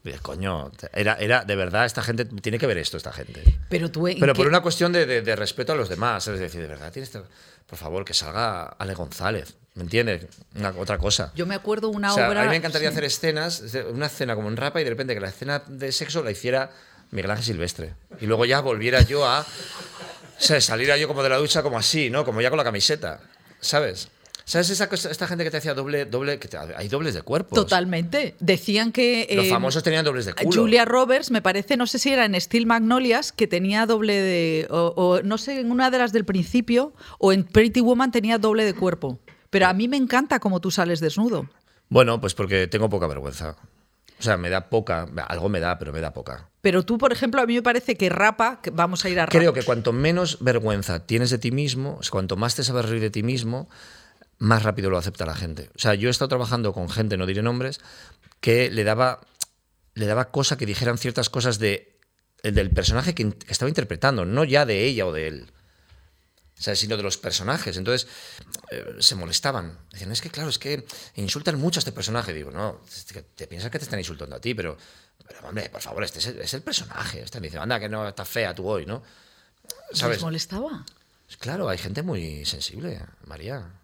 Speaker 2: dices coño, era, era, de verdad, esta gente, tiene que ver esto, esta gente.
Speaker 1: Mm, Pero tú en
Speaker 2: Pero por
Speaker 1: qué-
Speaker 2: una cuestión de, de- de respeto a los demás, es decir, de verdad, tienes, que- por favor, que salga Ale González, ¿me entiendes? Una, otra cosa.
Speaker 1: Yo me acuerdo una
Speaker 2: O sea,
Speaker 1: obra.
Speaker 2: a mí me encantaría
Speaker 1: sí.
Speaker 2: hacer escenas, es de- una escena como en Rapa y de repente que la escena de sexo la hiciera Miguel Ángel Silvestre. Y luego ya volviera yo a... O sea, saliera yo como de la ducha como así, ¿no? Como ya con la camiseta, ¿sabes? ¿Sabes esa cosa- esta gente que te hacía doble... doble que te- hay dobles de cuerpos.
Speaker 1: Totalmente. Decían que.
Speaker 2: Los
Speaker 1: eh,
Speaker 2: famosos tenían dobles de culo.
Speaker 1: Julia Roberts, me parece, no sé si era en Steel Magnolias, que tenía doble de. O, o no sé, en una de las del principio, o en Pretty Woman tenía doble de cuerpo. Pero a mí me encanta como tú sales desnudo.
Speaker 2: Bueno, pues porque tengo poca vergüenza. O sea, me da poca, algo me da, pero me da poca.
Speaker 1: Pero tú, por ejemplo, a mí me parece que rapa, que vamos a ir a rapa.
Speaker 2: Creo que cuanto menos vergüenza tienes de ti mismo, o sea, cuanto más te sabes reír de ti mismo, más rápido lo acepta la gente. O sea, yo he estado trabajando con gente, no diré nombres, que le daba, le daba cosa que dijeran ciertas cosas de, del personaje que, in- que estaba interpretando, no ya de ella o de él. o sea, sino de los personajes. Entonces eh, se molestaban. Decían, es que claro, es que insultan mucho a este personaje. Digo, no, te, te piensas que te están insultando a ti, pero, pero hombre, por favor, este es el, es el personaje. Están diciendo, anda, que no, estás fea tú hoy, ¿no?
Speaker 1: ¿Les molestaba?
Speaker 2: Claro, hay gente muy sensible, María.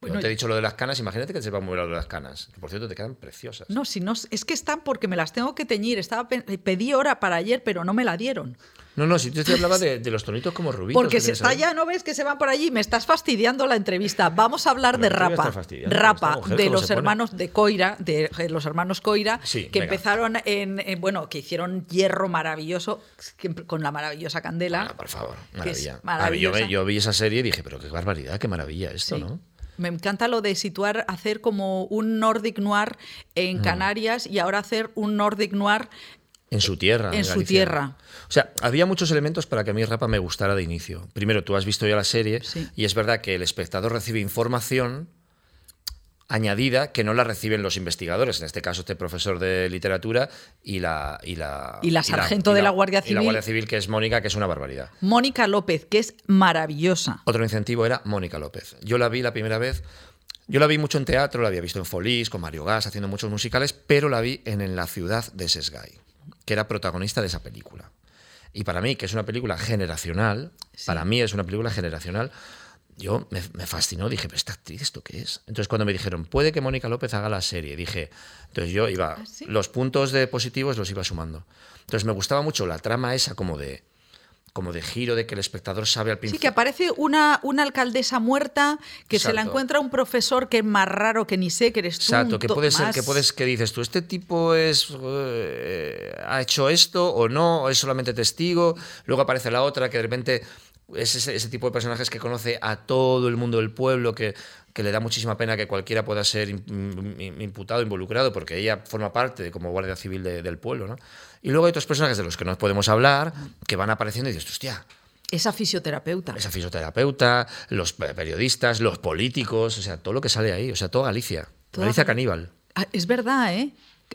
Speaker 2: Yo
Speaker 1: Bueno,
Speaker 2: te he dicho lo de las canas, imagínate que se va a mover lo de las canas. Que por cierto, te quedan preciosas.
Speaker 1: No, si no, es que están porque me las tengo que teñir. Estaba, pe- pedí hora para ayer, pero no me la dieron.
Speaker 2: No, no, si yo te hablaba de, de los tonitos como rubitos.
Speaker 1: Porque
Speaker 2: que
Speaker 1: se
Speaker 2: tienes
Speaker 1: está
Speaker 2: ahí.
Speaker 1: ya, no ves que se van por allí, me estás fastidiando la entrevista. Vamos a hablar
Speaker 2: Pero
Speaker 1: de
Speaker 2: no te voy a
Speaker 1: Rapa,
Speaker 2: estar fastidiando,
Speaker 1: Rapa,
Speaker 2: esta mujer,
Speaker 1: de
Speaker 2: ¿cómo
Speaker 1: los
Speaker 2: se pone?
Speaker 1: hermanos de Coira, de eh, los hermanos Coira,
Speaker 2: Sí,
Speaker 1: que
Speaker 2: venga.
Speaker 1: empezaron en, en- bueno, que hicieron hierro maravilloso que- em, con la maravillosa candela.
Speaker 2: Ah, por favor,
Speaker 1: que es
Speaker 2: maravilla. Ah, yo,
Speaker 1: maravillosa.
Speaker 2: ve- yo vi esa serie y dije, pero qué barbaridad, qué maravilla esto,
Speaker 1: Sí.
Speaker 2: ¿no?
Speaker 1: Me encanta lo de situar, hacer como un Nordic Noir
Speaker 2: Mm.
Speaker 1: en Canarias y ahora hacer un Nordic Noir
Speaker 2: En su tierra.
Speaker 1: En su
Speaker 2: Galicia.
Speaker 1: tierra.
Speaker 2: O sea, había muchos elementos para que a mí Rapa me gustara de inicio. Primero, tú has visto ya la serie
Speaker 1: Sí.
Speaker 2: y es verdad que el espectador recibe información añadida que no la reciben los investigadores, en este caso este profesor de literatura y la... Y la,
Speaker 1: Y la sargento
Speaker 2: y
Speaker 1: de la Guardia
Speaker 2: Y la
Speaker 1: Civil.
Speaker 2: Guardia Civil, que es Mónica, que es una barbaridad.
Speaker 1: Mónica López, que es maravillosa.
Speaker 2: Otro incentivo era Mónica López. Yo la vi la primera vez. Yo la vi mucho en teatro, la había visto en Folís, con Mario Gas, haciendo muchos musicales, pero la vi en, En la ciudad de Sesgay, que era protagonista de esa película. Y para mí, que es una película generacional, para mí es una película generacional, yo me, me fascinó, dije, pero esta actriz, ¿esto qué es? Entonces cuando me dijeron, puede que Mónica López haga la serie, dije, entonces yo iba,
Speaker 1: ¿Ah, sí?
Speaker 2: los puntos de positivos los iba sumando. Entonces me gustaba mucho la trama esa como de, como de giro, de que el espectador sabe al
Speaker 1: Sí,
Speaker 2: principio.
Speaker 1: que aparece una, una alcaldesa muerta que se la
Speaker 2: Exacto.
Speaker 1: encuentra un profesor que es más raro que ni sé, que eres tú.
Speaker 2: Exacto,
Speaker 1: un
Speaker 2: que
Speaker 1: to-
Speaker 2: puede ser,
Speaker 1: más-
Speaker 2: que puedes, que dices tú, este tipo es eh, ha hecho esto o no, o es solamente testigo. Luego aparece la otra que de repente es ese, ese tipo de personajes que conoce a todo el mundo del pueblo, que, que le da muchísima pena que cualquiera pueda ser im- im- imputado, involucrado, porque ella forma parte de- como guardia civil de- del pueblo, ¿no? Y luego hay otros personajes de los que no podemos hablar, que van apareciendo y dices, hostia,
Speaker 1: Esa fisioterapeuta.
Speaker 2: esa fisioterapeuta, los pe- periodistas, los políticos, o sea, todo lo que sale ahí, o sea, toda Galicia.
Speaker 1: Toda
Speaker 2: Galicia
Speaker 1: Gal-
Speaker 2: caníbal.
Speaker 1: Ah, es verdad, ¿eh?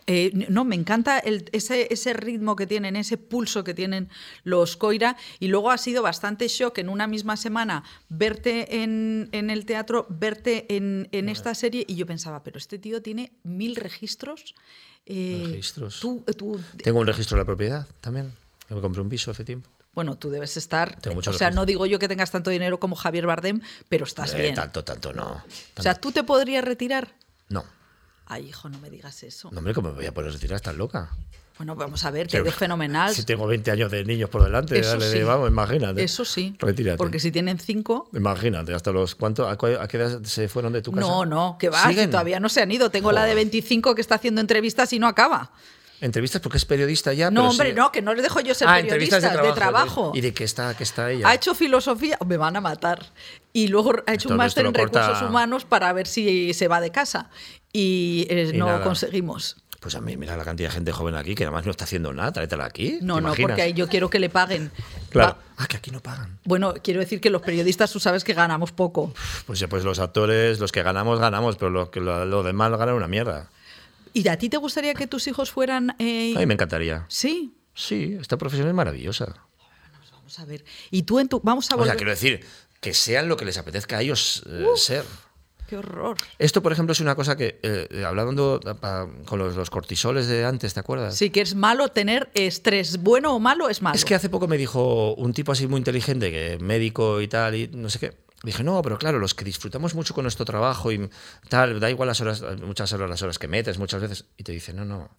Speaker 1: Eh, no, me encanta el- ese, ese ritmo que tienen, ese pulso que tienen los Coira. Y luego ha sido bastante shock en una misma semana verte en, en el teatro, verte en, en esta serie. Y yo pensaba, pero este tío tiene mil registros. eh,
Speaker 2: Registros.
Speaker 1: Tú, tú-
Speaker 2: Tengo un registro de la propiedad también. que Me compré un piso hace tiempo.
Speaker 1: bueno, tú debes estar.
Speaker 2: Tengo
Speaker 1: o
Speaker 2: muchos
Speaker 1: sea,
Speaker 2: registros.
Speaker 1: no digo yo que tengas tanto dinero como Javier Bardem, pero estás
Speaker 2: Eh,
Speaker 1: bien.
Speaker 2: Tanto, tanto no.
Speaker 1: O sea, tú te podrías retirar.
Speaker 2: No.
Speaker 1: Ay, hijo, no me digas eso.
Speaker 2: No, hombre, ¿cómo me voy a poder retirar? ¿Estás loca?
Speaker 1: Bueno, vamos a ver, que
Speaker 2: Pero-
Speaker 1: es fenomenal.
Speaker 2: Si tengo 20 años de niños por delante,
Speaker 1: Eso
Speaker 2: dale,
Speaker 1: sí.
Speaker 2: vamos, imagínate.
Speaker 1: Eso sí.
Speaker 2: Retírate.
Speaker 1: Porque si tienen cinco.
Speaker 2: Imagínate, hasta los. ¿cuánto, a, cua- a qué edad se fueron de tu casa?
Speaker 1: No, no, que va, si
Speaker 2: ¿Siguen?
Speaker 1: todavía no se han ido. Tengo la de
Speaker 2: Joder.
Speaker 1: 25 que está haciendo entrevistas y no acaba.
Speaker 2: ¿Entrevistas porque es periodista ya?
Speaker 1: No,
Speaker 2: Ah, pero
Speaker 1: hombre,
Speaker 2: sigue-
Speaker 1: no, que no les dejo yo ser
Speaker 2: Ah,
Speaker 1: periodista,
Speaker 2: entrevistas
Speaker 1: de trabajo.
Speaker 2: ¿Y de qué está, qué está ella?
Speaker 1: Ha hecho filosofía, me van a matar. Y luego ha hecho
Speaker 2: Esto-
Speaker 1: un máster
Speaker 2: esto lo
Speaker 1: en
Speaker 2: corta-
Speaker 1: recursos humanos para ver si se va de casa. Y, eh,
Speaker 2: Y
Speaker 1: no
Speaker 2: nada.
Speaker 1: conseguimos.
Speaker 2: Pues a mí, mira la cantidad de gente joven aquí que además no está haciendo nada, tráetela aquí.
Speaker 1: No,
Speaker 2: ¿te
Speaker 1: no,
Speaker 2: imaginas?
Speaker 1: porque ahí yo quiero que le paguen.
Speaker 2: Claro.
Speaker 1: Va-
Speaker 2: Ah, que aquí no pagan.
Speaker 1: Bueno, quiero decir que los periodistas tú sabes que ganamos poco.
Speaker 2: Pues, ya, pues los actores, los que ganamos, ganamos, pero los, que, lo, lo demás lo ganan una mierda.
Speaker 1: ¿Y a ti te gustaría que tus hijos fueran... eh,
Speaker 2: A mí me encantaría.
Speaker 1: Sí,
Speaker 2: Sí, esta profesión es maravillosa.
Speaker 1: vamos a ver. Y tú en tu... Vamos a
Speaker 2: O
Speaker 1: volver...
Speaker 2: sea, quiero decir, que sean lo que les apetezca a ellos eh, ser.
Speaker 1: Qué horror.
Speaker 2: Esto, por ejemplo, es una cosa que, eh, eh, hablando eh, pa- con los, los cortisoles de antes, ¿te acuerdas?
Speaker 1: Sí, que es malo tener estrés. Bueno o malo es malo.
Speaker 2: Es que hace poco me dijo un tipo así muy inteligente, que médico y tal, y no sé qué. Dije, no, pero claro, los que disfrutamos mucho con nuestro trabajo y tal, da igual las horas, muchas horas, las horas que metes, muchas veces. Y te dice, no, no,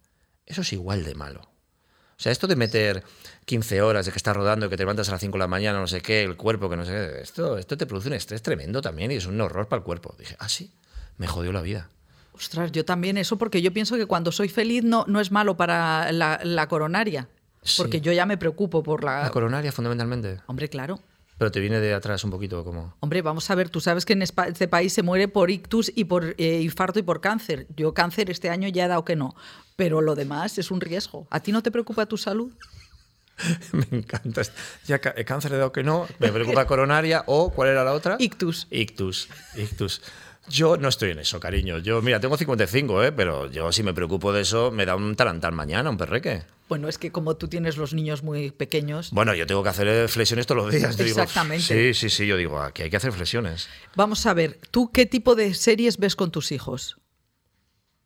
Speaker 2: eso es igual de malo. O sea, esto de meter 15 horas, de que estás rodando, que te levantas a las 5 de la mañana, no sé qué, el cuerpo, que no sé qué, esto, esto te produce un estrés tremendo también y es un horror para el cuerpo. Dije, ah, sí, me jodió la vida.
Speaker 1: Ostras, yo también eso, porque yo pienso que cuando soy feliz no, no es malo para la, la coronaria.
Speaker 2: Sí.
Speaker 1: Porque yo ya me preocupo por la.
Speaker 2: La coronaria, fundamentalmente.
Speaker 1: Hombre, claro.
Speaker 2: Pero te viene de atrás un poquito como...
Speaker 1: Hombre, vamos a ver, tú sabes que en espa- este país se muere por ictus y por eh, infarto y por cáncer. Yo cáncer este año ya he dado que no, pero lo demás es un riesgo. ¿A ti no te preocupa tu salud?
Speaker 2: Me encanta. Ya ca- eh, cáncer de dado que no, me preocupa coronaria o ¿cuál era la otra?
Speaker 1: Ictus.
Speaker 2: Ictus, ictus. Yo no estoy en eso, cariño. Yo, mira, tengo 55, ¿eh? pero yo si me preocupo de eso, me da un tarantal mañana, un perreque.
Speaker 1: Bueno, es que como tú tienes los niños muy pequeños,
Speaker 2: Bueno, yo tengo que hacer flexiones todos los días. Yo digo,
Speaker 1: Exactamente.
Speaker 2: sí, sí, sí, yo digo, aquí hay que hacer flexiones.
Speaker 1: Vamos a ver, ¿tú qué tipo de series ves con tus hijos?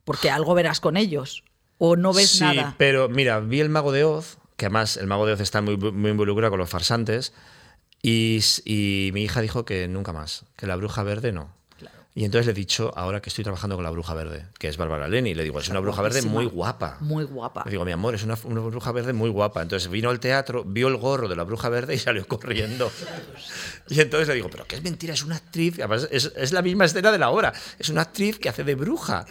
Speaker 1: Porque algo verás con ellos. O no ves
Speaker 2: sí,
Speaker 1: nada.
Speaker 2: pero mira, vi El Mago de Oz, que además El Mago de Oz está muy, muy involucrado con los farsantes, y, s- y mi hija dijo que nunca más, que la bruja verde no. Y entonces le he dicho, ahora que estoy trabajando con la bruja verde, que es Bárbara Leni, le digo, es una bruja verde
Speaker 1: guapísima.
Speaker 2: muy guapa.
Speaker 1: Muy guapa.
Speaker 2: Le digo, mi amor, es una, una bruja verde muy guapa. Entonces vino al teatro, vio el gorro de la bruja verde y salió corriendo. Y entonces le digo, pero que es mentira, es una actriz. Y Además, es, es la misma escena de la obra. Es una actriz que hace de bruja.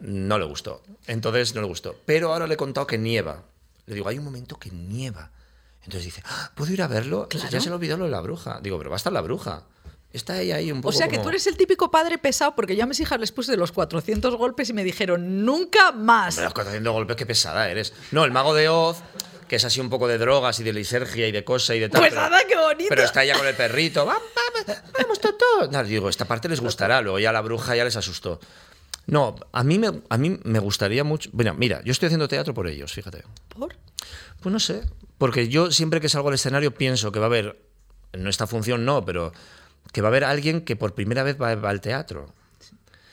Speaker 2: No le gustó. Entonces no le gustó. Pero ahora le he contado que nieva. Le digo, hay un momento que nieva. Entonces dice, "Ah, ¿puedo ir a verlo?
Speaker 1: Claro.
Speaker 2: Ya se le olvidó lo de la bruja. Digo, pero va a estar la bruja. Está ella ahí un poco.
Speaker 1: O sea que
Speaker 2: como-
Speaker 1: tú eres el típico padre pesado, porque yo a mis hijas les puse los 400 golpes y me dijeron nunca más.
Speaker 2: Me das 400 golpes, qué pesada eres. No, el mago de Oz, que es así un poco de drogas y de lisergia y de cosa y de tal.
Speaker 1: Pues nada, qué bonito.
Speaker 2: Pero está ella con el perrito. Vamos, vamos, vamos, Totó". No, digo, esta parte les gustará. Luego ya la bruja ya les asustó. No, a mí me, a mí me gustaría mucho. Mira, mira, yo estoy haciendo teatro por ellos, fíjate.
Speaker 1: ¿Por?
Speaker 2: Pues no sé, porque yo siempre que salgo al escenario pienso que va a haber, en esta función no, pero que va a haber alguien que por primera vez va, va al teatro.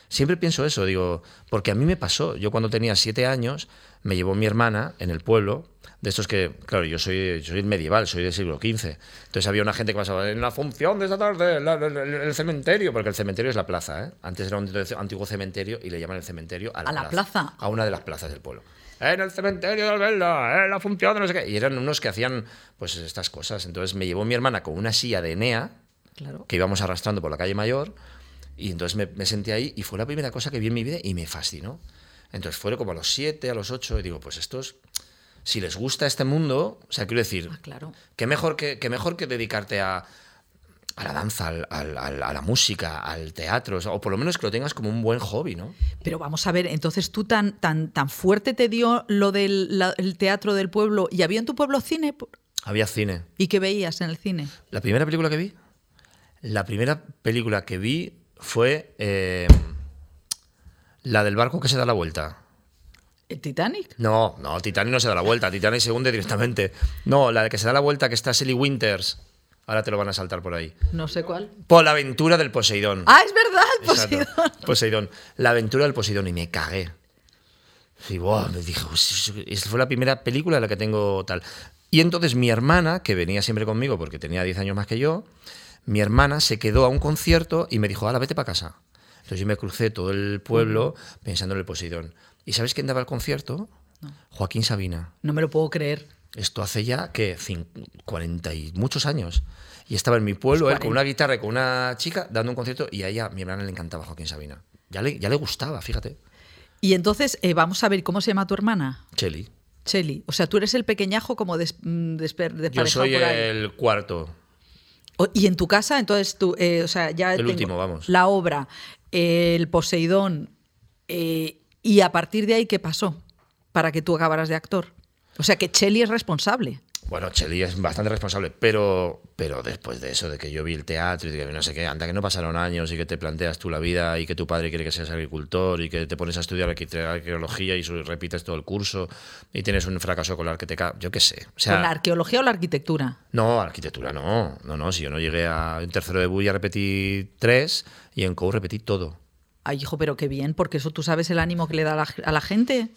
Speaker 2: Siempre pienso eso, digo, porque a mí me pasó. Yo cuando tenía siete años me llevó mi hermana en el pueblo, de estos que, claro, yo soy, soy medieval, soy del siglo XV. Entonces había una gente que pasaba en la función de esta tarde, la- la- la- el cementerio, porque el cementerio es la plaza, ¿eh? Antes era un antiguo cementerio y le llaman el cementerio a la,
Speaker 1: A la plaza.
Speaker 2: a una de las plazas del pueblo. En el cementerio de Albelda, en la función de no sé qué. Y eran unos que hacían pues estas cosas. Entonces me llevó mi hermana con una silla de Enea
Speaker 1: Claro.
Speaker 2: que íbamos arrastrando por la calle mayor y entonces me, me senté ahí y fue la primera cosa que vi en mi vida y me fascinó. Entonces fueron como a los siete, a los ocho y digo, pues estos, si les gusta este mundo, o sea, quiero decir,
Speaker 1: Ah, claro.
Speaker 2: Qué mejor que, qué mejor que dedicarte a, a la danza, al- al- al- a la música, al teatro, o sea, o por lo menos que lo tengas como un buen hobby, ¿no?
Speaker 1: Pero vamos a ver, entonces tú tan, tan, tan fuerte te dio lo del la- el teatro del pueblo. ¿Y había en tu pueblo cine? Por-
Speaker 2: Había cine.
Speaker 1: ¿Y qué veías en el cine?
Speaker 2: ¿La primera película que vi? La primera película que vi fue eh, la del barco que se da la vuelta.
Speaker 1: ¿El Titanic?
Speaker 2: No, no, Titanic no se da la vuelta, Titanic se hunde directamente. No, la que se da la vuelta que está Sally Winters. Ahora te lo van a saltar por ahí.
Speaker 1: No sé cuál.
Speaker 2: Por la aventura del Poseidón.
Speaker 1: Ah, es verdad,
Speaker 2: Exacto.
Speaker 1: Poseidón.
Speaker 2: Poseidón. La aventura del Poseidón y me cagué. Y wow, me dije, "Pues, esa fue la primera película de la que tengo tal. Y entonces mi hermana, que venía siempre conmigo porque tenía 10 años más que yo, mi hermana se quedó a un concierto y me dijo, ala, vete para casa. Entonces yo me crucé todo el pueblo pensando en el Poseidón. ¿Y sabes quién daba el concierto? Joaquín Sabina.
Speaker 1: No me lo puedo creer.
Speaker 2: Esto hace ya que 40 y muchos años. Y estaba en mi pueblo,
Speaker 1: Pues
Speaker 2: él, con una guitarra y con una chica dando un concierto y a ella, mi hermana le encantaba Joaquín Sabina. Ya le, ya le gustaba, fíjate.
Speaker 1: Y entonces, eh, vamos a ver, ¿cómo se llama tu hermana?
Speaker 2: Cheli.
Speaker 1: Cheli. O sea, tú eres el pequeñajo como des, mm, desper-
Speaker 2: Yo
Speaker 1: desparejado
Speaker 2: soy
Speaker 1: por ahí.
Speaker 2: el cuarto.
Speaker 1: O- y en tu casa, entonces tú, eh, o sea, ya.
Speaker 2: El
Speaker 1: tengo
Speaker 2: último, vamos.
Speaker 1: La obra, eh, el Poseidón. eh, y a partir de ahí, ¿qué pasó? Para que tú acabaras de actor. O sea, que Cheli es responsable.
Speaker 2: Bueno, Cheli es bastante responsable, pero, pero después de eso, de que yo vi el teatro y de que no sé qué, anda que no pasaron años y que te planteas tú la vida y que tu padre quiere que seas agricultor y que te pones a estudiar arquite- arqueología y su- repites todo el curso y tienes un fracaso escolar que te cae, yo qué sé. O sea,
Speaker 1: ¿Con la arqueología o la arquitectura?
Speaker 2: No, arquitectura no. No, no, si yo no llegué a en tercero de bulla repetí tres y en COU repetí todo.
Speaker 1: Ay, hijo, pero qué bien, porque eso tú sabes el ánimo que le da a la, a la gente.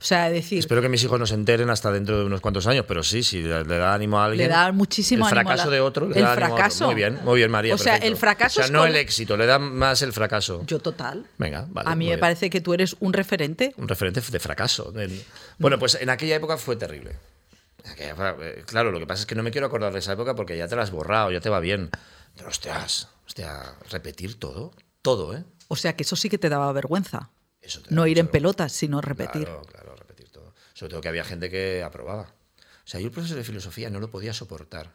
Speaker 1: O sea, decir,
Speaker 2: Espero que mis hijos no se enteren hasta dentro de unos cuantos años, pero sí, si le, le da ánimo a alguien.
Speaker 1: le da muchísimo
Speaker 2: el
Speaker 1: ánimo. a la-
Speaker 2: fracaso de otro le
Speaker 1: el
Speaker 2: da ánimo a
Speaker 1: fracaso.
Speaker 2: otro. Muy bien, muy bien, María.
Speaker 1: O sea,
Speaker 2: perfecto.
Speaker 1: el fracaso
Speaker 2: O
Speaker 1: es
Speaker 2: sea, no
Speaker 1: como-
Speaker 2: el éxito, le da más el fracaso.
Speaker 1: Yo total.
Speaker 2: Venga, vale.
Speaker 1: a mí
Speaker 2: muy
Speaker 1: me
Speaker 2: bien.
Speaker 1: parece que tú eres un referente.
Speaker 2: un referente de fracaso. El- Bueno, pues en aquella época fue terrible. En aquella época, eh, Claro, lo que pasa es que no me quiero acordar de esa época porque ya te la has borrado, ya te va bien. Pero hostias, hostia, repetir todo, todo, ¿eh?
Speaker 1: O sea, que eso sí que te daba vergüenza.
Speaker 2: Eso te da
Speaker 1: No ir
Speaker 2: mucha
Speaker 1: en pelotas, sino repetir.
Speaker 2: Claro, claro, repetir todo. Sobre todo que había gente que aprobaba. O sea, yo el profesor de filosofía no lo podía soportar.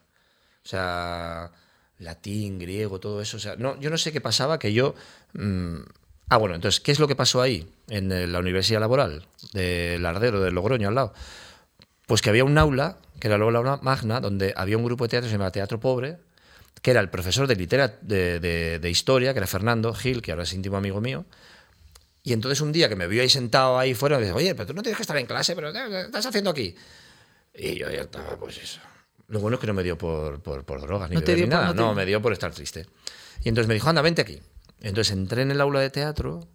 Speaker 2: O sea, latín, griego, todo eso. O sea, no, yo no sé qué pasaba que yo. mm, ah, bueno, entonces, ¿qué es lo que pasó ahí? En eh, la Universidad Laboral, del Ardero, de Logroño, al lado. Pues que había un aula, que era luego la aula magna, donde había un grupo de teatro que se llamaba Teatro Pobre, que era el profesor de, litera- de, de- de historia, que era Fernando Gil, que ahora es íntimo amigo mío. Y entonces un día que me vio ahí sentado ahí fuera, me dice, oye, pero tú no tienes que estar en clase, pero ¿qué qué estás haciendo aquí? Y yo ya estaba, pues eso. Lo bueno es que no me dio por, por, por drogas ni,
Speaker 1: No te
Speaker 2: beber
Speaker 1: dio
Speaker 2: ni
Speaker 1: por-
Speaker 2: nada,
Speaker 1: no te-
Speaker 2: no, me dio por estar triste. Y entonces me dijo, anda, vente aquí. Entonces entré en el aula de teatro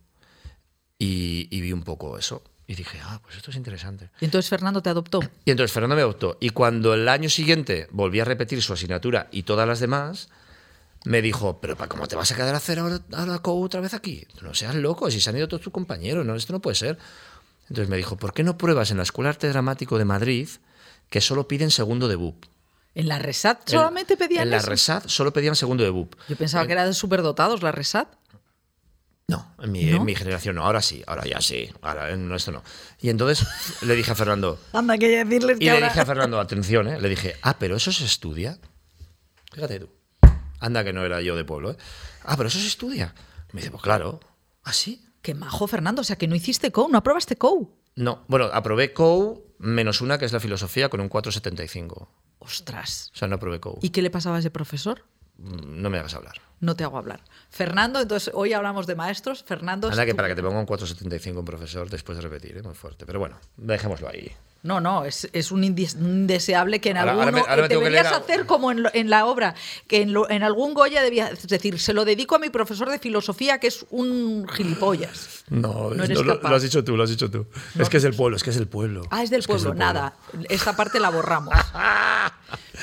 Speaker 2: y, y vi un poco eso. Y dije, ah, pues esto es interesante.
Speaker 1: Y entonces Fernando te adoptó.
Speaker 2: Y entonces Fernando me adoptó. Y cuando el año siguiente volví a repetir su asignatura y todas las demás, me dijo, pero pa- ¿cómo te vas a quedar a hacer ahora, ahora co otra vez aquí? No seas loco, si se han ido todos tus compañeros, no, esto no puede ser. Entonces me dijo, ¿por qué no pruebas en la Escuela de Arte Dramático de Madrid que solo piden segundo de BUP?
Speaker 1: En la RESAT
Speaker 2: En-
Speaker 1: solamente pedían
Speaker 2: En la
Speaker 1: eso.
Speaker 2: RESAD solo pedían segundo de BUP.
Speaker 1: Yo pensaba que era de superdotados la RESAT.
Speaker 2: No, en mi,
Speaker 1: ¿No?
Speaker 2: en mi generación no, ahora sí, ahora ya sí, ahora eh, no, esto no. Y entonces le dije a Fernando,
Speaker 1: Anda, que decirles
Speaker 2: Y le dije a Fernando, atención, ¿eh? le dije, ah, pero eso se estudia. Fíjate tú. Anda que no era yo de pueblo, ¿eh? Ah, pero eso se estudia. Me dice, pues claro. ¿Ah, sí?
Speaker 1: Qué majo, Fernando. O sea, que no hiciste COU, no aprobaste COU.
Speaker 2: No. Bueno, aprobé COU menos una, que es la filosofía, con un 4,75. O
Speaker 1: Ostras.
Speaker 2: sea, no aprobé COU.
Speaker 1: ¿Y qué le pasaba a ese profesor?
Speaker 2: Mm, No me hagas hablar.
Speaker 1: No te hago hablar. Fernando, entonces hoy hablamos de maestros. Fernando. es
Speaker 2: Anda que
Speaker 1: tu-
Speaker 2: para que te ponga un 4,75 un profesor después de repetir, ¿eh? muy fuerte. Pero bueno, dejémoslo ahí.
Speaker 1: No, no, es, es un indes- un indeseable que en
Speaker 2: Ahora-
Speaker 1: alguno
Speaker 2: ahora me- ahora me tengo que
Speaker 1: deberías
Speaker 2: leer a-
Speaker 1: hacer como en, lo- en la obra, que en, lo- en algún Goya debías decir, se lo dedico a mi profesor de filosofía que es un gilipollas.
Speaker 2: No,
Speaker 1: No eres no, lo- capaz. lo
Speaker 2: lo
Speaker 1: has
Speaker 2: has dicho tú, lo has dicho tú.
Speaker 1: No.
Speaker 2: Es que es del pueblo, es que es del pueblo.
Speaker 1: Ah, es del pueblo, nada. Esta parte la borramos.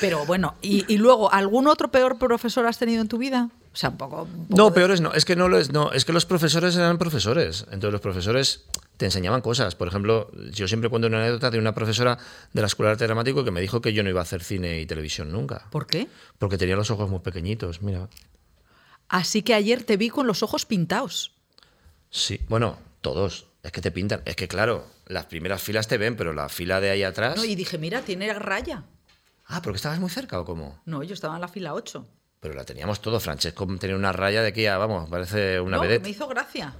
Speaker 1: Pero bueno, y, y luego, ¿algún otro peor profesor has tenido en tu vida? O sea, un poco. un poco
Speaker 2: No,
Speaker 1: de-
Speaker 2: peores no. Es que no lo es. No, es que los profesores eran profesores. Entonces los profesores te enseñaban cosas. Por ejemplo, yo siempre cuento una anécdota de una profesora de la Escuela de Arte Dramático que me dijo que yo no iba a hacer cine y televisión nunca.
Speaker 1: ¿Por qué?
Speaker 2: Porque tenía los ojos muy pequeñitos, mira.
Speaker 1: Así que ayer te vi con los ojos pintados.
Speaker 2: Sí. Bueno, todos. Es que te pintan. Es que claro, las primeras filas te ven, pero la fila de ahí atrás.
Speaker 1: No, y dije, mira, tiene raya.
Speaker 2: Ah, porque estabas muy cerca o cómo.
Speaker 1: No, yo estaba en la fila 8.
Speaker 2: Pero la teníamos todo. Francesco tenía una raya de aquí a, vamos, parece una
Speaker 1: no,
Speaker 2: vedette.
Speaker 1: me hizo gracia.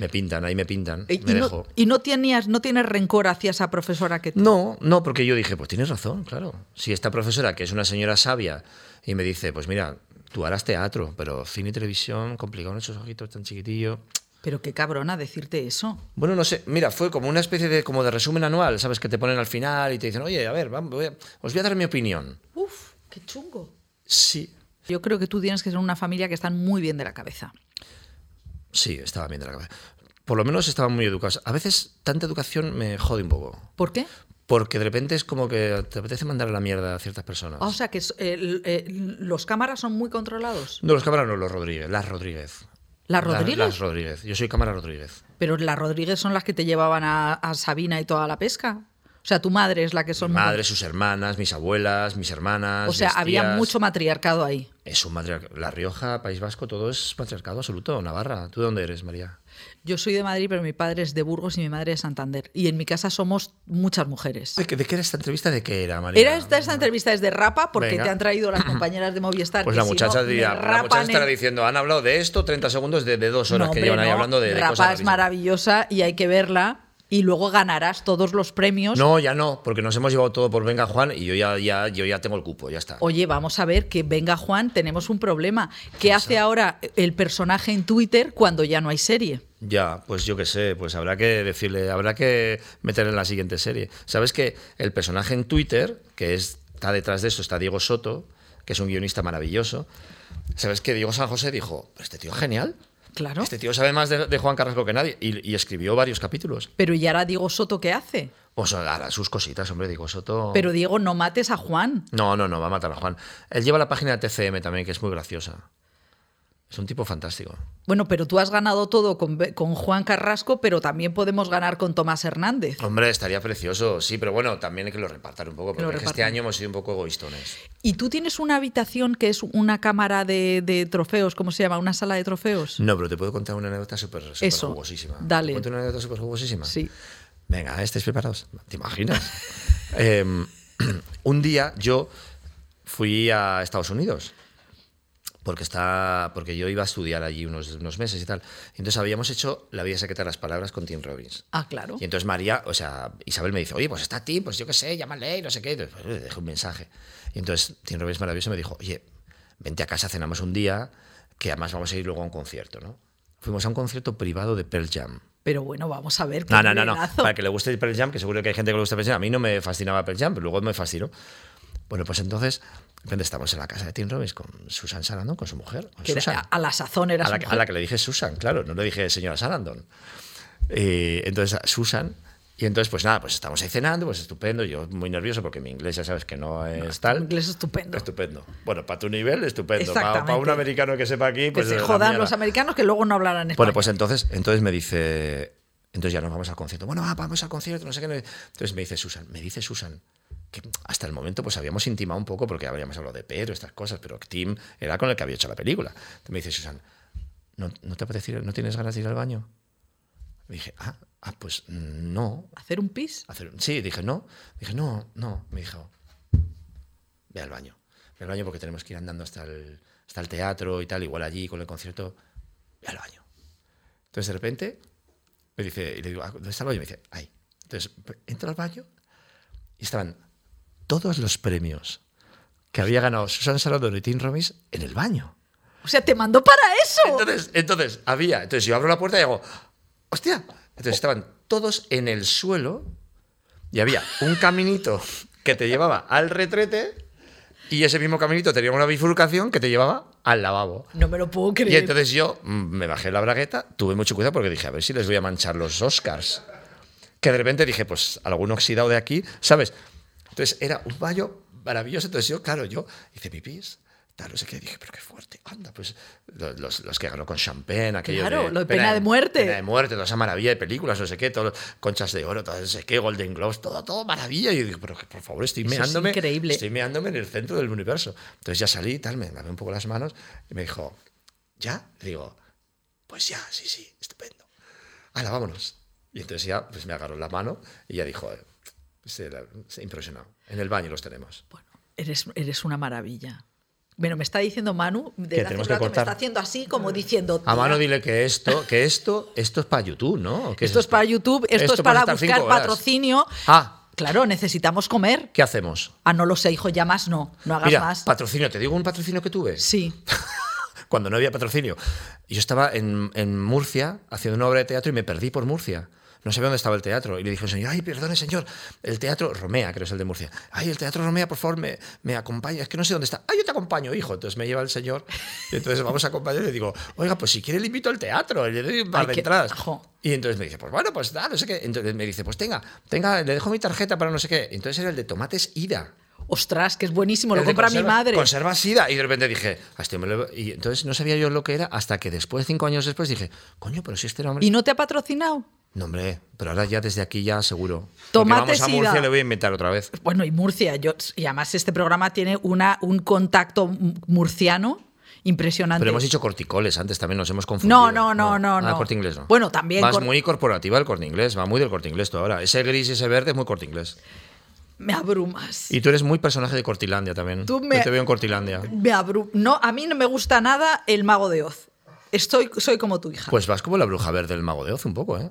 Speaker 2: Me pintan, ahí me pintan.
Speaker 1: Y,
Speaker 2: me
Speaker 1: y
Speaker 2: dejo.
Speaker 1: no, y no tenías, no tienes rencor hacia esa profesora que te-
Speaker 2: No, no, porque yo dije, pues tienes razón, claro. Si esta profesora, que es una señora sabia, y me dice, pues mira, tú harás teatro, pero cine y televisión, complicado en esos ojitos tan chiquitillo.
Speaker 1: Pero qué cabrona decirte eso.
Speaker 2: Bueno, no sé, mira, fue como una especie de, como de resumen anual, ¿sabes? Que te ponen al final y te dicen, oye, a ver, vamos, voy a- os voy a dar mi opinión.
Speaker 1: Uf, qué chungo.
Speaker 2: Sí,
Speaker 1: Yo creo que tú tienes que ser una familia que están muy bien de la cabeza.
Speaker 2: sí, estaba bien de la cabeza. Por lo menos estaban muy educados. A veces tanta educación me jode un poco.
Speaker 1: ¿Por qué?
Speaker 2: Porque de repente es como que te apetece mandar a la mierda a ciertas personas.
Speaker 1: Ah, O sea que es- el- el- los cámaras son muy controlados.
Speaker 2: No, los cámaras no, los Rodríguez, las Rodríguez.
Speaker 1: ¿Las Rodríguez?
Speaker 2: Las, Rodríguez. Yo soy cámara Rodríguez.
Speaker 1: Pero las Rodríguez son las que te llevaban a, a Sabina y toda la pesca. O sea, tu madre es la que son.
Speaker 2: Mi madre, sus hermanas, mis abuelas, mis hermanas.
Speaker 1: o sea,
Speaker 2: mis
Speaker 1: había
Speaker 2: tías.
Speaker 1: mucho matriarcado ahí.
Speaker 2: Es un matriarcado. La Rioja, País Vasco, todo es matriarcado absoluto. Navarra. ¿Tú de dónde eres, María?
Speaker 1: Yo soy de Madrid, pero mi padre es de Burgos y mi madre de Santander. Y en mi casa somos muchas mujeres.
Speaker 2: ¿De qué, de qué era esta entrevista? ¿De qué era, María?
Speaker 1: Era esta, esta entrevista es de Rapa porque
Speaker 2: Venga.
Speaker 1: te han traído las compañeras de Movistar.
Speaker 2: Pues
Speaker 1: que
Speaker 2: la
Speaker 1: si
Speaker 2: muchacha,
Speaker 1: no, me
Speaker 2: dirá- la
Speaker 1: rapan
Speaker 2: muchacha estará
Speaker 1: el-
Speaker 2: diciendo, han hablado de esto 30 segundos de, de dos horas
Speaker 1: No,
Speaker 2: que
Speaker 1: hombre,
Speaker 2: llevan ahí
Speaker 1: no.
Speaker 2: hablando de, de
Speaker 1: Rapa
Speaker 2: cosas.
Speaker 1: es
Speaker 2: rarísimas".
Speaker 1: maravillosa y hay que verla y luego ganarás todos los premios.
Speaker 2: No, ya no, porque nos hemos llevado todo por Venga Juan y yo ya, ya, yo ya tengo el cupo, ya está.
Speaker 1: Oye, vamos a ver que venga Juan, tenemos un problema. ¿Qué hace ahora el personaje en Twitter cuando ya no hay serie?
Speaker 2: Ya, pues yo qué sé, pues habrá que decirle, habrá que meter en la siguiente serie. Sabes que el personaje en Twitter, que es- está detrás de esto, está Diego Soto, que es un guionista maravilloso. Sabes que Diego San José dijo, este tío es genial,
Speaker 1: Claro.
Speaker 2: este tío sabe más de, de Juan Carrasco que nadie, y, y escribió varios capítulos.
Speaker 1: Pero ¿y ahora Diego Soto qué hace?
Speaker 2: O sea, hará sus cositas, hombre, Diego Soto.
Speaker 1: Pero Diego, no mates a Juan.
Speaker 2: No, no, no, va a matar a Juan. Él lleva la página de TCM también, que es muy graciosa. Es un tipo fantástico.
Speaker 1: Bueno, pero tú has ganado todo con, con Juan Carrasco, pero también podemos ganar con Tomás Hernández.
Speaker 2: Hombre, estaría precioso, sí, pero bueno, también hay que lo repartan un poco,
Speaker 1: Que lo
Speaker 2: porque es que este
Speaker 1: repartan.
Speaker 2: año hemos sido un poco egoístones.
Speaker 1: ¿Y tú tienes una habitación que es una cámara de, de trofeos? ¿Cómo se llama? ¿Una sala de trofeos?
Speaker 2: No, pero te puedo contar una anécdota súper súper
Speaker 1: Eso,
Speaker 2: jugosísima.
Speaker 1: dale.
Speaker 2: ¿Te cuento una anécdota súper jugosísima?
Speaker 1: Sí.
Speaker 2: Venga, ¿estáis preparados? ¿Te imaginas? Em, un día yo fui a Estados Unidos. Porque, está, porque yo iba a estudiar allí unos, unos meses y tal. Y Entonces habíamos hecho La vida secreta de las palabras con Tim Robbins.
Speaker 1: Ah, claro.
Speaker 2: Y entonces María, o sea, Isabel me dice, oye, pues está Tim, pues yo qué sé, llámale y no sé qué. Y entonces, pues, le dejé un mensaje. Y entonces Tim Robbins maravilloso me dijo, oye, vente a casa, cenamos un día, que además vamos a ir luego a un concierto, ¿no? Fuimos a un concierto privado de Pearl Jam.
Speaker 1: Pero bueno, vamos a ver. qué
Speaker 2: No, no, no, no.
Speaker 1: nivelazo.
Speaker 2: Para que le guste Pearl Jam, que seguro que hay gente que le gusta Pearl Jam. A mí no me fascinaba Pearl Jam, pero luego me fascinó. Bueno, pues entonces, de repente estamos en la casa de Tim Robbins con Susan Sarandon, con su mujer. con
Speaker 1: Que era-
Speaker 2: Susan.
Speaker 1: a, a la sazón era
Speaker 2: a,
Speaker 1: su
Speaker 2: la, que- a
Speaker 1: mujer.
Speaker 2: la que le dije Susan, claro, no le dije señora Sarandon. Eh, entonces, a Susan. Y entonces, pues nada, pues estamos ahí cenando, pues estupendo. Yo muy nervioso porque mi inglés ya sabes que no es tal.
Speaker 1: Inglés estupendo.
Speaker 2: Estupendo. Bueno, para tu nivel, estupendo. Para un
Speaker 1: Exactamente.
Speaker 2: americano que sepa aquí,
Speaker 1: que
Speaker 2: pues.
Speaker 1: se
Speaker 2: la
Speaker 1: jodan
Speaker 2: mierda.
Speaker 1: los americanos que luego no hablarán español.
Speaker 2: Bueno, pues entonces, entonces me dice, entonces ya nos vamos al concierto. Bueno, ah, vamos al concierto, no sé qué. no- Entonces me dice Susan, me dice Susan, que hasta el momento pues habíamos intimado un poco porque habíamos hablado de Pedro, estas cosas, pero Tim era con el que había hecho la película. Entonces me dice Susan, ¿no, no te apetece ir- no tienes ganas de ir al baño? Y dije, ah, ah, pues no,
Speaker 1: Hacer un pis.
Speaker 2: hacer un- Sí, dije, no. Dije, no, no. Me dijo, ve al baño. Ve al baño porque tenemos que ir andando hasta el, hasta el teatro y tal, igual allí con el concierto. Ve al baño. Entonces de repente me dice, y le digo, "Ah, ¿dónde está el baño? Y me dice, ahí. Entonces entro al baño y estaban todos los premios que había ganado Susan Sarandon y Tim Robbins en el baño.
Speaker 1: O sea, te mandó para eso.
Speaker 2: Entonces, entonces, había. Entonces yo abro la puerta y hago, ¡hostia! Entonces estaban todos en el suelo y había un caminito que te llevaba al retrete y ese mismo caminito tenía una bifurcación que te llevaba al lavabo.
Speaker 1: no me lo puedo creer.
Speaker 2: Y entonces yo mm, me bajé la bragueta, tuve mucho cuidado porque dije, a ver si les voy a manchar los Oscars. Que de repente dije, pues algún oxidado de aquí, ¿sabes? Entonces era un baño maravilloso. Entonces yo, claro, yo hice pipis, tal, no sé qué. Dije, pero qué fuerte, anda, pues lo- los, los que ganó con champagne, aquello
Speaker 1: Claro, lo de Pena de Muerte.
Speaker 2: Pena de muerte, toda esa maravilla de películas, no sé qué, todo, conchas de oro, todo no sé qué, Golden Globes, todo, todo maravilla. Y yo digo, pero que, por favor, estoy
Speaker 1: Eso es
Speaker 2: meándome.
Speaker 1: increíble.
Speaker 2: Estoy meándome en el centro del universo. Entonces ya salí y tal, me lavé un poco las manos y me dijo, ¿ya? Le digo, pues ya, sí, sí, estupendo. Ahora vámonos. Y entonces ya pues me agarró la mano y ya dijo, eh, se, la- se impresionó. En el baño los tenemos.
Speaker 1: Bueno, eres, eres una maravilla. Bueno, me está diciendo Manu, desde hace
Speaker 2: tenemos
Speaker 1: un
Speaker 2: que
Speaker 1: rato me
Speaker 2: cortar.
Speaker 1: está haciendo así, como diciendo.
Speaker 2: A "Ah, mano
Speaker 1: "Tía,
Speaker 2: dile que esto, que esto, esto es para YouTube, ¿no? ¿O qué
Speaker 1: Esto es para YouTube, esto, es
Speaker 2: Esto puede
Speaker 1: para
Speaker 2: estar
Speaker 1: buscar
Speaker 2: cinco horas.
Speaker 1: patrocinio.
Speaker 2: Ah,
Speaker 1: Claro, necesitamos comer.
Speaker 2: ¿qué hacemos?
Speaker 1: Ah, no lo sé, hijo, ya más no. No hagas
Speaker 2: Mira,
Speaker 1: más.
Speaker 2: patrocinio, te digo un patrocinio que tuve.
Speaker 1: Sí.
Speaker 2: cuando no había patrocinio. Yo estaba en, en Murcia haciendo una obra de teatro y me perdí por Murcia. No sabía dónde estaba el teatro. Y le dije al señor, ay, perdone, señor, el teatro Romea, creo que es el de Murcia. Ay, el teatro Romea, por favor, me, me acompaña. Es que no sé dónde está. Ay, yo te acompaño, hijo. Entonces me lleva el señor. Y entonces vamos a acompañar y le digo, oiga, pues si quiere le invito al teatro. Y le doy un par
Speaker 1: Ay,
Speaker 2: de
Speaker 1: qué-
Speaker 2: entradas.
Speaker 1: jo.
Speaker 2: Y entonces me dice, pues bueno, pues da, no sé qué. Entonces me dice, pues tenga, tenga, le dejo mi tarjeta para no sé qué. Entonces era el de tomates ida.
Speaker 1: Ostras, que es buenísimo,
Speaker 2: El
Speaker 1: lo
Speaker 2: de
Speaker 1: compra mi
Speaker 2: conserva-
Speaker 1: madre.
Speaker 2: Conserva sida. Y de repente dije, "A este hombre le- y entonces no sabía yo lo que era hasta que después, cinco años después, dije, coño, pero si este era hombre.
Speaker 1: ¿Y no te ha patrocinado?
Speaker 2: No, hombre, pero ahora ya desde aquí ya seguro. Porque
Speaker 1: Tomate
Speaker 2: vamos a
Speaker 1: sida.
Speaker 2: Murcia y le voy a inventar otra vez.
Speaker 1: Bueno, y Murcia, yo, y además este programa tiene una, un contacto mu- murciano impresionante.
Speaker 2: Pero hemos dicho corticoles antes también, nos hemos confundido.
Speaker 1: no, no, no, no,
Speaker 2: Ah,
Speaker 1: no.
Speaker 2: corte inglés no.
Speaker 1: Bueno, también
Speaker 2: Vas
Speaker 1: cor-
Speaker 2: muy corporativa el corte inglés, va muy del corte inglés tú ahora. Ese gris y ese verde es muy corte inglés.
Speaker 1: me abrumas.
Speaker 2: Y tú eres muy personaje de Cortilandia también.
Speaker 1: Tú me-
Speaker 2: Yo te veo en Cortilandia.
Speaker 1: Me abru- no, a mí no me gusta nada el mago de Oz. Estoy, soy como tu hija.
Speaker 2: Pues vas como la bruja verde del mago de Oz un poco, ¿eh?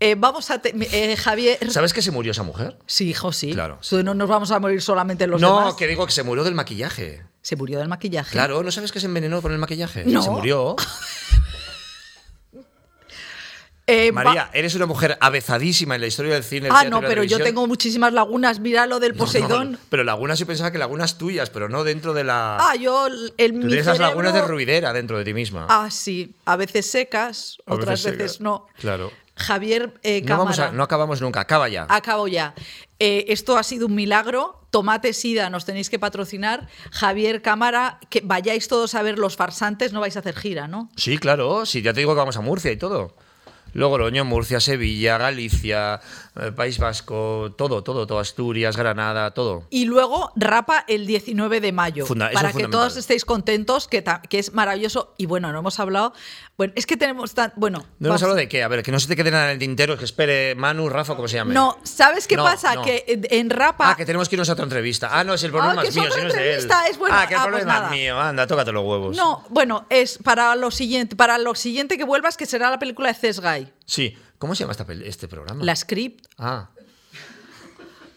Speaker 1: Eh, vamos a... te- eh, Javier...
Speaker 2: ¿Sabes que se murió esa mujer?
Speaker 1: Sí, hijo, sí.
Speaker 2: Claro.
Speaker 1: So, No nos vamos a morir solamente los
Speaker 2: no,
Speaker 1: demás.
Speaker 2: que digo que se murió del maquillaje.
Speaker 1: Se murió del maquillaje.
Speaker 2: Claro, ¿no sabes que se envenenó con el maquillaje?
Speaker 1: No.
Speaker 2: Se murió.
Speaker 1: Eh, va-
Speaker 2: María, eres una mujer avezadísima en la historia del cine. del
Speaker 1: Ah,
Speaker 2: teatro
Speaker 1: no,
Speaker 2: y la
Speaker 1: pero yo
Speaker 2: televisión.
Speaker 1: tengo muchísimas lagunas. Mira lo del
Speaker 2: No,
Speaker 1: Poseidón.
Speaker 2: no, pero lagunas yo pensaba que lagunas tuyas, pero no dentro de la.
Speaker 1: Ah, yo... El, el-
Speaker 2: Tú
Speaker 1: mi
Speaker 2: tienes las lagunas de
Speaker 1: cerebro-
Speaker 2: ruidera dentro de ti misma.
Speaker 1: Ah, sí. A veces secas,
Speaker 2: A
Speaker 1: otras veces,
Speaker 2: veces secas.
Speaker 1: no.
Speaker 2: Claro.
Speaker 1: Javier eh,
Speaker 2: no, vamos
Speaker 1: Cámara, Ah.
Speaker 2: a- no acabamos nunca. Acaba ya.
Speaker 1: acabo ya. Eh, esto ha sido un milagro. Tomate Sida, nos tenéis que patrocinar. Javier Cámara, que vayáis todos a ver los farsantes, no vais a hacer gira, ¿no?
Speaker 2: Sí, claro, sí, ya te digo que vamos a Murcia y todo. Logroño, Murcia, Sevilla, Galicia, eh, País Vasco, todo, todo, todo. Asturias, Granada, todo.
Speaker 1: Y luego Rapa el 19 de mayo,
Speaker 2: Funda- eso
Speaker 1: para
Speaker 2: es
Speaker 1: que
Speaker 2: fundamental.
Speaker 1: todos estéis contentos, que, ta- que es maravilloso. Y bueno, no hemos hablado. Bueno, es que tenemos tan. Bueno,
Speaker 2: No hemos
Speaker 1: vamos-
Speaker 2: hablado de qué, a ver, que no se te quede nada en el tintero, que espere Manu, Rafa, como se llame.
Speaker 1: No, ¿sabes qué
Speaker 2: No,
Speaker 1: pasa?
Speaker 2: no.
Speaker 1: Que en- en Rapa.
Speaker 2: Ah, que tenemos que irnos a otra entrevista. Ah, no, es el problema
Speaker 1: Ah, que
Speaker 2: es
Speaker 1: es
Speaker 2: mío,
Speaker 1: otra
Speaker 2: si no es de él.
Speaker 1: entrevista, es bueno.
Speaker 2: Ah, que el
Speaker 1: Ah, pues
Speaker 2: problema
Speaker 1: nada.
Speaker 2: es mío. Anda, tócate los huevos.
Speaker 1: No, bueno, es para lo siguiente, para lo siguiente que vuelvas, que será la película de Cesgay.
Speaker 2: Mm. Sí. ¿Cómo se llama esta pel- este programa?
Speaker 1: La script.
Speaker 2: Ah.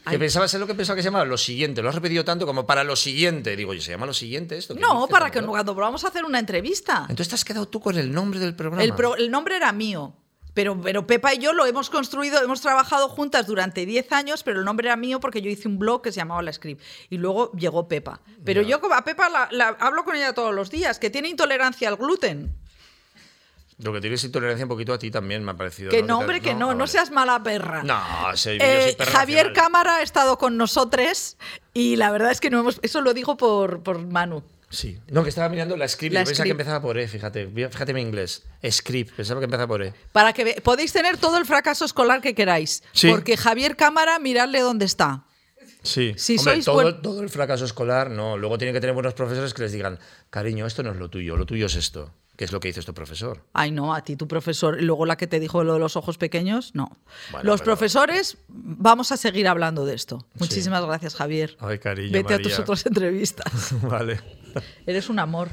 Speaker 2: Que pensaba, ¿sabes lo que pensaba que se llamaba? Lo siguiente. Lo has repetido tanto como para lo siguiente. Digo, yo, ¿se llama lo siguiente esto? ¿Qué
Speaker 1: No,
Speaker 2: dices,
Speaker 1: para que
Speaker 2: Salvador?
Speaker 1: cuando vamos a hacer una entrevista.
Speaker 2: Entonces te has quedado tú con el nombre del programa.
Speaker 1: El, pro- el nombre era mío. Pero, pero Pepa y yo lo hemos construido, hemos trabajado juntas durante 10 años, pero el nombre era mío porque yo hice un blog que se llamaba La Script. Y luego llegó Pepa. Pero yo como- a Pepa la- la- hablo con ella todos los días, que tiene intolerancia al gluten.
Speaker 2: Lo que tienes intolerancia un poquito a ti también me ha parecido.
Speaker 1: que
Speaker 2: ¿no?
Speaker 1: no,
Speaker 2: te-
Speaker 1: hombre, que no,
Speaker 2: ah,
Speaker 1: no
Speaker 2: vale.
Speaker 1: seas mala perra.
Speaker 2: No, soy, yo
Speaker 1: Eh,
Speaker 2: soy perra
Speaker 1: Javier
Speaker 2: nacional.
Speaker 1: Cámara ha estado con nosotros y la verdad es que no hemos. Eso lo digo por, por Manu.
Speaker 2: Sí. No, que estaba mirando la script.
Speaker 1: La
Speaker 2: yo pensaba que
Speaker 1: script.
Speaker 2: empezaba por E, fíjate. Fíjate mi inglés. Script. Pensaba que empezaba por E.
Speaker 1: Para que ve- podéis tener todo el fracaso escolar que queráis.
Speaker 2: Sí.
Speaker 1: Porque Javier Cámara, miradle dónde está.
Speaker 2: Sí.
Speaker 1: Si
Speaker 2: Hombre,
Speaker 1: sois
Speaker 2: todo,
Speaker 1: buen-
Speaker 2: todo el fracaso escolar, no. Luego tienen que tener buenos profesores que les digan, cariño, esto no es lo tuyo, lo tuyo es esto. Que es lo que dice este profesor.
Speaker 1: Ay, no, a ti tu profesor. Y luego la que te dijo lo de los ojos pequeños, no.
Speaker 2: Bueno,
Speaker 1: los
Speaker 2: pero-
Speaker 1: profesores, vamos a seguir hablando de esto. Muchísimas gracias, Javier.
Speaker 2: Ay, cariño,
Speaker 1: Vete a
Speaker 2: María.
Speaker 1: tus otras entrevistas.
Speaker 2: vale.
Speaker 1: Eres un amor.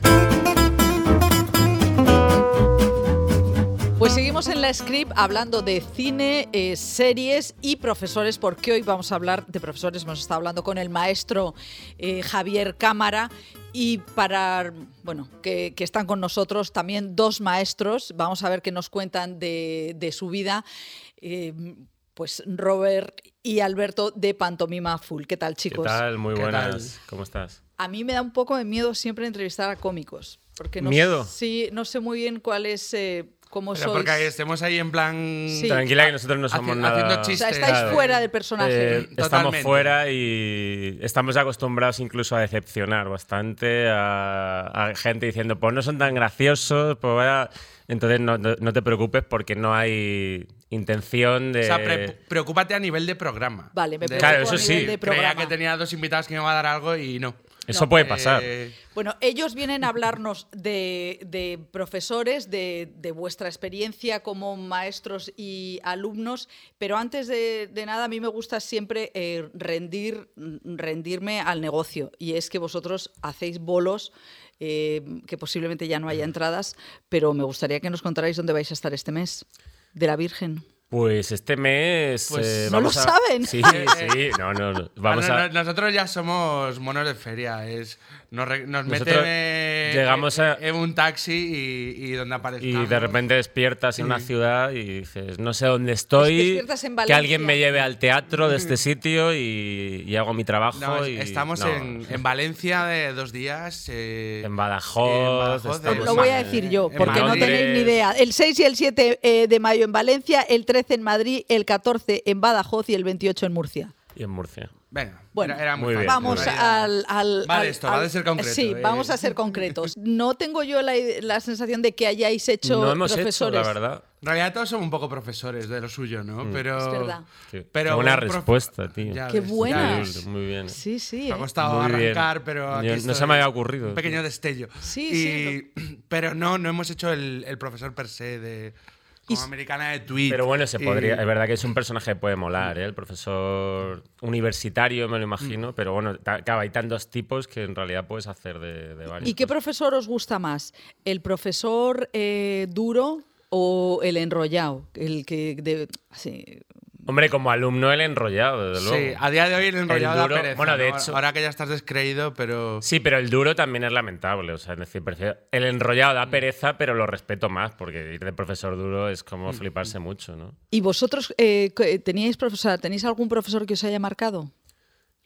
Speaker 1: Pues seguimos en la script hablando de cine, eh, series y profesores, porque hoy vamos a hablar de profesores. Hemos estado hablando con el maestro eh, Javier Cámara y para, bueno, que, que están con nosotros también dos maestros. Vamos a ver qué nos cuentan de, de su vida. Eh, pues Robert y Alberto de Pantomima Full. ¿Qué tal,
Speaker 3: ¿Qué
Speaker 1: chicos?
Speaker 3: tal? Muy
Speaker 2: ¿Qué
Speaker 3: buenas. ¿Cómo estás?
Speaker 1: A mí me da un poco de miedo siempre entrevistar a cómicos. Porque no
Speaker 3: ¿Miedo?
Speaker 1: Sí, no sé muy bien cuál es, eh, cómo
Speaker 4: Pero
Speaker 1: sois.
Speaker 4: porque estemos ahí en plan.
Speaker 1: Sí.
Speaker 3: Tranquila que nosotros no
Speaker 4: Haci-
Speaker 3: somos
Speaker 4: haciendo
Speaker 3: nada.
Speaker 1: o
Speaker 4: chistes.
Speaker 1: sea, estáis
Speaker 3: Claro.
Speaker 1: fuera del personaje.
Speaker 3: Eh, estamos
Speaker 4: Totalmente.
Speaker 3: fuera y estamos acostumbrados incluso a decepcionar bastante a, a gente diciendo, pues no son tan graciosos, pues vaya". Entonces no, no- no te preocupes porque no hay intención de...
Speaker 4: O sea, pre- preocúpate a nivel de programa.
Speaker 1: Vale, me preocupo
Speaker 4: De-
Speaker 3: Eh, Claro,
Speaker 1: a
Speaker 3: eso
Speaker 1: nivel
Speaker 3: sí.
Speaker 1: de
Speaker 4: Creía
Speaker 1: programa.
Speaker 4: que tenía dos invitados que me iba a dar algo y no.
Speaker 3: Eso puede
Speaker 4: Eh,
Speaker 3: pasar.
Speaker 1: Bueno, ellos vienen a hablarnos de, de profesores, de, de vuestra experiencia como maestros y alumnos, pero antes de, de nada a mí me gusta siempre eh, rendir, rendirme al negocio y es que vosotros hacéis bolos. eh, que posiblemente ya no haya entradas, pero me gustaría que nos contarais dónde vais a estar este mes de la Virgen.
Speaker 3: Pues este mes...
Speaker 4: Pues
Speaker 3: eh,
Speaker 1: no
Speaker 3: vamos
Speaker 1: lo
Speaker 3: a-
Speaker 1: saben.
Speaker 3: Sí, sí, no, no, no. Vamos
Speaker 4: Ah, no, no,
Speaker 3: a...
Speaker 4: Nosotros ya somos monos de feria. Es, nos re- nos
Speaker 3: Nosotros
Speaker 4: meten eh,
Speaker 3: llegamos a-
Speaker 4: en un taxi y, y donde aparezcamos.
Speaker 3: Y de repente despiertas en una ciudad y dices, no sé dónde estoy,
Speaker 1: despiertas en
Speaker 3: que
Speaker 1: Valencia.
Speaker 3: alguien me lleve al teatro de este sitio y, y hago mi trabajo.
Speaker 4: Mm. No, es-
Speaker 3: y-
Speaker 4: estamos
Speaker 3: no.
Speaker 4: en, en Balencia de dos días. eh,
Speaker 3: En Badajoz, estamos
Speaker 1: Lo
Speaker 3: en-
Speaker 1: voy a decir yo,
Speaker 4: en
Speaker 1: porque no
Speaker 3: Madrid.
Speaker 1: tenéis ni idea. El 6 y el 7 eh, de mayo en Valencia, el 13 en Madrid, el 14 en Badajoz y el 28 en Murcia.
Speaker 3: Y en Murcia.
Speaker 4: Venga,
Speaker 1: Bueno,
Speaker 4: era, era muy,
Speaker 3: muy bien.
Speaker 4: fácil.
Speaker 1: Vamos
Speaker 4: Era-
Speaker 1: al, al-
Speaker 4: Va de
Speaker 1: al-
Speaker 4: esto, va
Speaker 1: al-
Speaker 4: de ser concreto,
Speaker 1: Sí,
Speaker 4: eh.
Speaker 1: vamos a ser concretos. No tengo yo la, ide- la sensación de que hayáis hecho
Speaker 3: no hemos hecho,
Speaker 1: profesores.
Speaker 3: la verdad.
Speaker 4: En realidad todos somos un poco profesores de lo suyo, ¿no?
Speaker 3: Mm.
Speaker 4: Pero,
Speaker 1: Es verdad.
Speaker 3: Qué-
Speaker 4: pero
Speaker 3: qué buena
Speaker 4: un prof-
Speaker 3: respuesta, tío.
Speaker 4: Ya
Speaker 1: Qué
Speaker 4: ves, ya
Speaker 1: buena.
Speaker 4: ves.
Speaker 3: Increíble, Muy bien.
Speaker 1: Sí, sí.
Speaker 4: Me
Speaker 1: eh.
Speaker 4: ha costado
Speaker 3: Muy bien.
Speaker 4: arrancar, pero aquí
Speaker 3: Yo- no
Speaker 4: estoy.
Speaker 3: se me había ocurrido,
Speaker 4: Un pequeño
Speaker 3: tío.
Speaker 4: destello.
Speaker 1: Sí,
Speaker 4: Y-
Speaker 1: sí,
Speaker 4: Pero no, no hemos hecho el, el profesor per se de. Como
Speaker 1: Y-
Speaker 4: americana de tweet.
Speaker 3: Pero bueno, se
Speaker 4: Y-
Speaker 3: podría. Es verdad que es un personaje que puede molar, ¿eh? El profesor universitario, me lo
Speaker 4: Mm.
Speaker 3: imagino. Pero bueno, ta- claro, hay tantos tipos que en realidad puedes hacer de, de varios.
Speaker 1: ¿Y qué profesor os gusta más? ¿El profesor eh, duro o el enrollado? El que de- sí.
Speaker 3: Hombre, como alumno, el enrollado, desde
Speaker 4: Sí,
Speaker 3: luego.
Speaker 4: a día de hoy el enrollado
Speaker 3: El
Speaker 4: da
Speaker 3: duro-
Speaker 4: pereza,
Speaker 3: bueno, de
Speaker 4: ¿no?
Speaker 3: hecho-
Speaker 4: Ahora que ya estás descreído, pero.
Speaker 3: Sí, pero el duro también es lamentable. O sea, es decir, prefiero- el enrollado da pereza, pero lo respeto más, porque ir de profesor duro es como fliparse mucho, ¿no?
Speaker 1: ¿Y vosotros eh, que- teníais profesor, tenéis algún profesor que os haya marcado?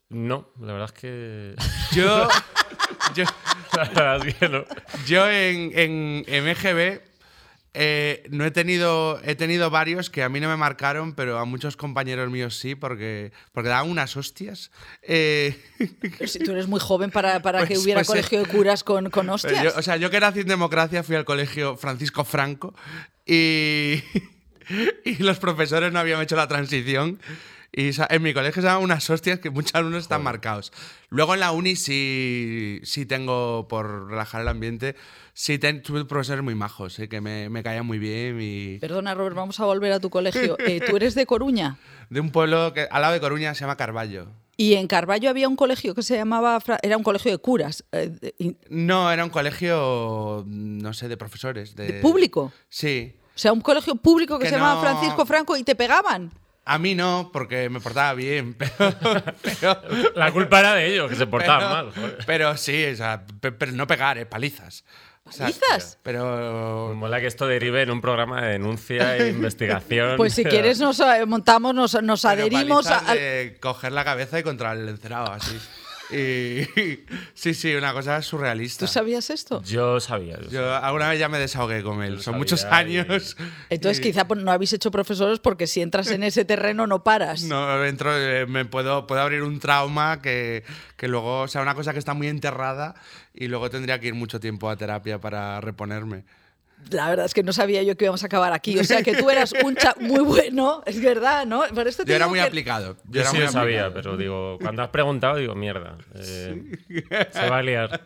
Speaker 3: No, la verdad es que.
Speaker 4: Yo. yo,
Speaker 3: la verdad es que no.
Speaker 4: yo en, en, en MGB. eh, no he tenido, he tenido varios que a mí no me marcaron, pero a muchos compañeros míos sí, porque, porque daban unas hostias. Eh,
Speaker 1: Si tú eres muy joven para, para que
Speaker 4: Pues-
Speaker 1: hubiera
Speaker 4: pues, eh,
Speaker 1: colegio de curas con, con
Speaker 4: Pero
Speaker 1: hostias.
Speaker 4: yo- o sea, yo que nací en democracia fui al colegio Francisco Franco y, y los profesores no habían hecho la transición. Y sa- en mi colegio se daban unas hostias que muchos alumnos están marcados. Luego en la uni sí, sí tengo, por relajar el ambiente, sí ten- tuve profesores muy majos, eh, que me, me caían muy bien y...
Speaker 1: Perdona, Robert, vamos a volver a tu colegio. Eh, tú eres de Coruña
Speaker 4: De un pueblo que, al lado de Coruña se llama Carballo.
Speaker 1: y en Carballo había un colegio que se llamaba. Fra- Era un colegio de curas. eh, de- in-
Speaker 4: No, era un colegio, no sé, de profesores. De,
Speaker 1: de público.
Speaker 4: Sí.
Speaker 1: O sea, un colegio público que,
Speaker 4: Que
Speaker 1: se llamaba
Speaker 4: no-
Speaker 1: Francisco Franco y te pegaban.
Speaker 4: A mí no, porque me portaba bien, pero. pero-
Speaker 3: La culpa era de ellos, que se portaban mal.
Speaker 4: pero,
Speaker 3: joder.
Speaker 4: pero sí, o sea, pe- pero no pegar, eh, palizas. O sea,
Speaker 1: ¿Palizas?
Speaker 3: Me
Speaker 4: Pero.
Speaker 3: mola que esto derive en un programa de denuncia e investigación.
Speaker 1: Pues si quieres nos eh, montamos, nos, nos
Speaker 4: pero
Speaker 1: adherimos a-
Speaker 4: palizas
Speaker 1: al-
Speaker 4: de coger la cabeza y contra el encerado, así. Y- sí, sí, una cosa surrealista.
Speaker 1: ¿Tú sabías esto?
Speaker 3: Yo sabía. yo
Speaker 4: Yo alguna vez ya me desahogué con él. Son
Speaker 3: sabía eh.
Speaker 4: muchos
Speaker 3: y-
Speaker 4: años.
Speaker 1: Entonces
Speaker 4: y-
Speaker 1: quizá pues, no habéis hecho profesores porque si entras en ese terreno no paras.
Speaker 4: No, entro, eh, me puedo, puedo abrir un trauma que, que luego o sea una cosa que está muy enterrada y luego tendría que ir mucho tiempo a terapia para reponerme.
Speaker 1: La verdad es que no sabía yo que íbamos a acabar aquí. O sea que tú eras un chap muy bueno, es verdad, ¿no? Por esto te
Speaker 4: Yo era
Speaker 1: digo
Speaker 4: muy
Speaker 1: que-
Speaker 4: aplicado. Yo,
Speaker 3: Yo
Speaker 4: era
Speaker 3: sí
Speaker 4: muy
Speaker 3: lo sabía,
Speaker 4: aplicado.
Speaker 3: pero digo, cuando has preguntado, digo, mierda. eh, Se va a liar.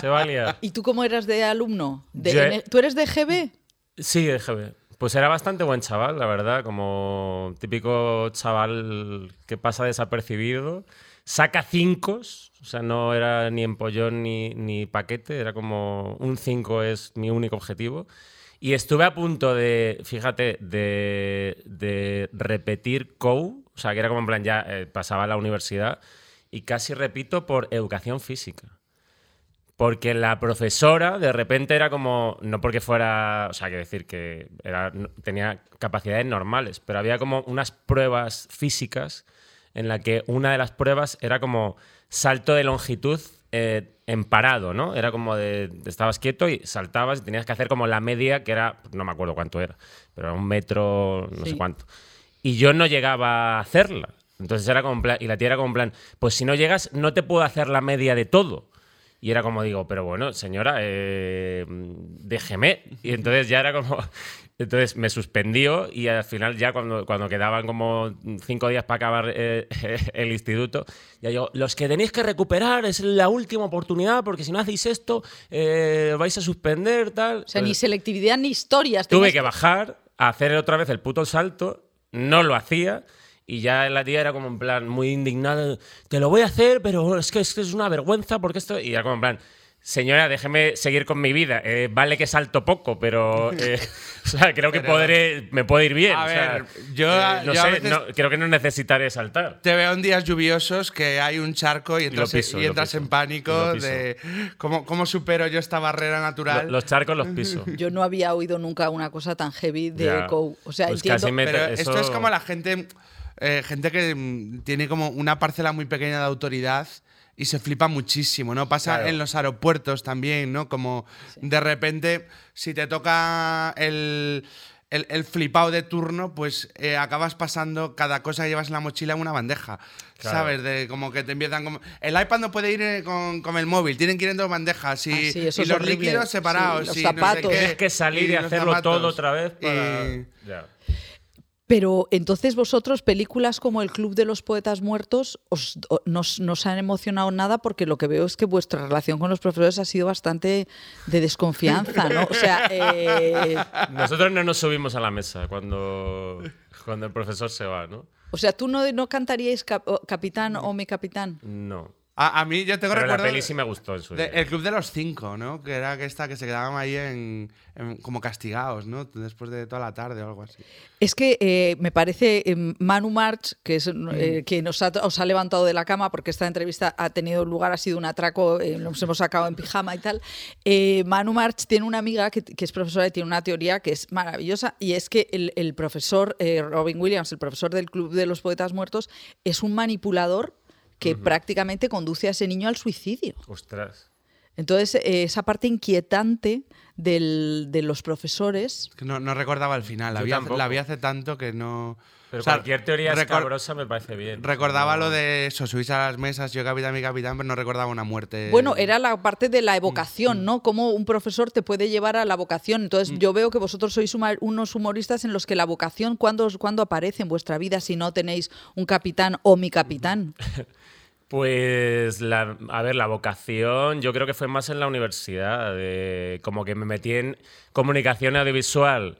Speaker 3: Se va a liar.
Speaker 1: ¿Y tú cómo eras de alumno? ¿De
Speaker 3: Yo-
Speaker 1: N- ¿Tú eres de GB?
Speaker 3: Sí, déjame. Pues era bastante buen chaval, la verdad, como típico chaval que pasa desapercibido. Saca cinco, o sea, no era ni empollón ni, ni paquete, era como un cinco es mi único objetivo. Y estuve a punto de, fíjate, de, de repetir COU, o sea, que era como en plan ya eh, pasaba a la universidad, y casi repito por educación física. Porque la profesora de repente era como, no porque fuera, o sea, quiero decir que era, no- tenía capacidades normales, pero había como unas pruebas físicas en la que una de las pruebas era como salto de longitud eh, en parado, ¿no? Era como de, estabas quieto y saltabas y tenías que hacer como la media, que era, no me acuerdo cuánto era, pero era un metro, no
Speaker 1: Sí.
Speaker 3: sé cuánto y yo no llegaba a hacerla. Entonces era como en plan, y la tía era como en plan, pues si no llegas no te puedo hacer la media de todo. Y era como digo, pero bueno, señora, eh, déjeme. Y entonces ya era como, entonces me suspendió y al final ya cuando, cuando quedaban como cinco días para acabar eh, el instituto, ya yo, los que tenéis que recuperar es la última oportunidad porque si no hacéis esto eh, vais a suspender,
Speaker 1: O
Speaker 3: tal.
Speaker 1: sea,
Speaker 3: Entonces-
Speaker 1: ni selectividad ni historias.
Speaker 3: Pues Tuve
Speaker 1: Tenías-
Speaker 3: que bajar, a hacer otra vez el puto salto, no lo hacía. Y ya la tía era como en plan muy indignada, te lo voy a hacer, pero es que es, que es una vergüenza porque esto... Y era como en plan, señora, déjeme seguir con mi vida. Eh, vale que salto poco, pero eh, o sea, creo que
Speaker 4: Pero-
Speaker 3: podré, me puede ir bien.
Speaker 4: A
Speaker 3: o sea, eh,
Speaker 4: ver, yo-
Speaker 3: no
Speaker 4: yo a
Speaker 3: sé,
Speaker 4: veces-
Speaker 3: no- creo que no necesitaré saltar.
Speaker 4: Te veo en días lluviosos que hay un charco y entras,
Speaker 3: piso,
Speaker 4: y
Speaker 3: y lo
Speaker 4: entras
Speaker 3: piso,
Speaker 4: en
Speaker 3: y
Speaker 4: pánico
Speaker 3: lo piso.
Speaker 4: de ¿cómo, cómo supero yo esta barrera
Speaker 3: Lo-
Speaker 4: natural.
Speaker 3: Los charcos los piso.
Speaker 1: Yo no había oído nunca una cosa tan heavy de
Speaker 3: Ya.
Speaker 1: Go. O sea,
Speaker 3: Pues
Speaker 1: entiendo.
Speaker 3: casi me-
Speaker 4: Pero
Speaker 3: eso-
Speaker 4: esto es como la gente, eh, gente que mm, tiene como una parcela muy pequeña de autoridad y se flipa muchísimo, ¿no? Pasa
Speaker 2: Claro.
Speaker 4: en los aeropuertos también, ¿no? Como de repente, si te toca el, el, el flipado de turno, pues eh, acabas pasando cada cosa que llevas en la mochila en una bandeja,
Speaker 3: Claro.
Speaker 4: ¿sabes? De como que te empiezan como... El iPad no puede ir eh, con, con el móvil, tienen que ir en dos bandejas y,
Speaker 1: Ah, sí, eso
Speaker 4: y
Speaker 1: es
Speaker 4: los
Speaker 1: horrible.
Speaker 4: líquidos separados.
Speaker 1: Sí, los
Speaker 4: y no sé
Speaker 1: zapatos.
Speaker 4: qué,
Speaker 3: Tienes que salir y,
Speaker 4: los
Speaker 3: hacerlo
Speaker 4: zapatos.
Speaker 3: todo otra vez para...
Speaker 4: Y-
Speaker 3: Ya.
Speaker 1: Pero entonces vosotros, películas como El Club de los Poetas Muertos, os, o- nos, nos han emocionado nada porque lo que veo es que vuestra relación con los profesores ha sido bastante de desconfianza, ¿no? O sea, eh,
Speaker 3: Nosotros no nos subimos a la mesa cuando, cuando el profesor se va, ¿no?
Speaker 1: o sea tú no, no cantaríais cap- o- Capitán o mi capitán.
Speaker 3: No.
Speaker 4: A, a mí yo tengo
Speaker 3: Pero la
Speaker 4: recuerdo
Speaker 3: peli sí me gustó en su
Speaker 4: de-
Speaker 3: día.
Speaker 4: el club de los cinco, ¿no? Que era que esta que se quedaban ahí en, en- como castigados, ¿no? Después de toda la tarde o algo así.
Speaker 1: Es que eh, me parece eh, Manu March, que es eh, que nos ha, os ha levantado de la cama porque esta entrevista ha tenido lugar, ha sido un atraco, eh, nos hemos sacado en pijama y tal. Eh, Manu March tiene una amiga que, que es profesora y tiene una teoría que es maravillosa y es que el, el profesor eh, Robin Williams, el profesor del Club de los Poetas Muertos, es un manipulador que prácticamente conduce a ese niño al suicidio.
Speaker 3: Ostras.
Speaker 1: Entonces, eh, esa parte inquietante del- de los profesores...
Speaker 4: Es que no, no recordaba el final. La
Speaker 3: Yo
Speaker 4: vi, hace,
Speaker 3: tampoco.
Speaker 4: la vi hace tanto que no.
Speaker 3: Pero
Speaker 4: o sea,
Speaker 3: cualquier teoría
Speaker 4: recor-
Speaker 3: escabrosa me parece bien.
Speaker 4: Recordaba
Speaker 3: No-
Speaker 4: lo de eso, subís a las mesas, yo capitán, mi capitán, pero no recordaba una muerte.
Speaker 1: Bueno, era la parte de la
Speaker 4: mm,
Speaker 1: evocación, ¿no? Cómo un profesor te puede llevar a la vocación.
Speaker 4: Mm.
Speaker 1: Entonces, yo veo que vosotros sois huma- unos humoristas en los que la vocación, ¿cuándo, os- cuándo aparece en vuestra vida si no tenéis un capitán o mi capitán?
Speaker 4: Mm.
Speaker 3: Pues, la, a ver, la vocación yo creo que fue más en la universidad, de- como que me metí en comunicación audiovisual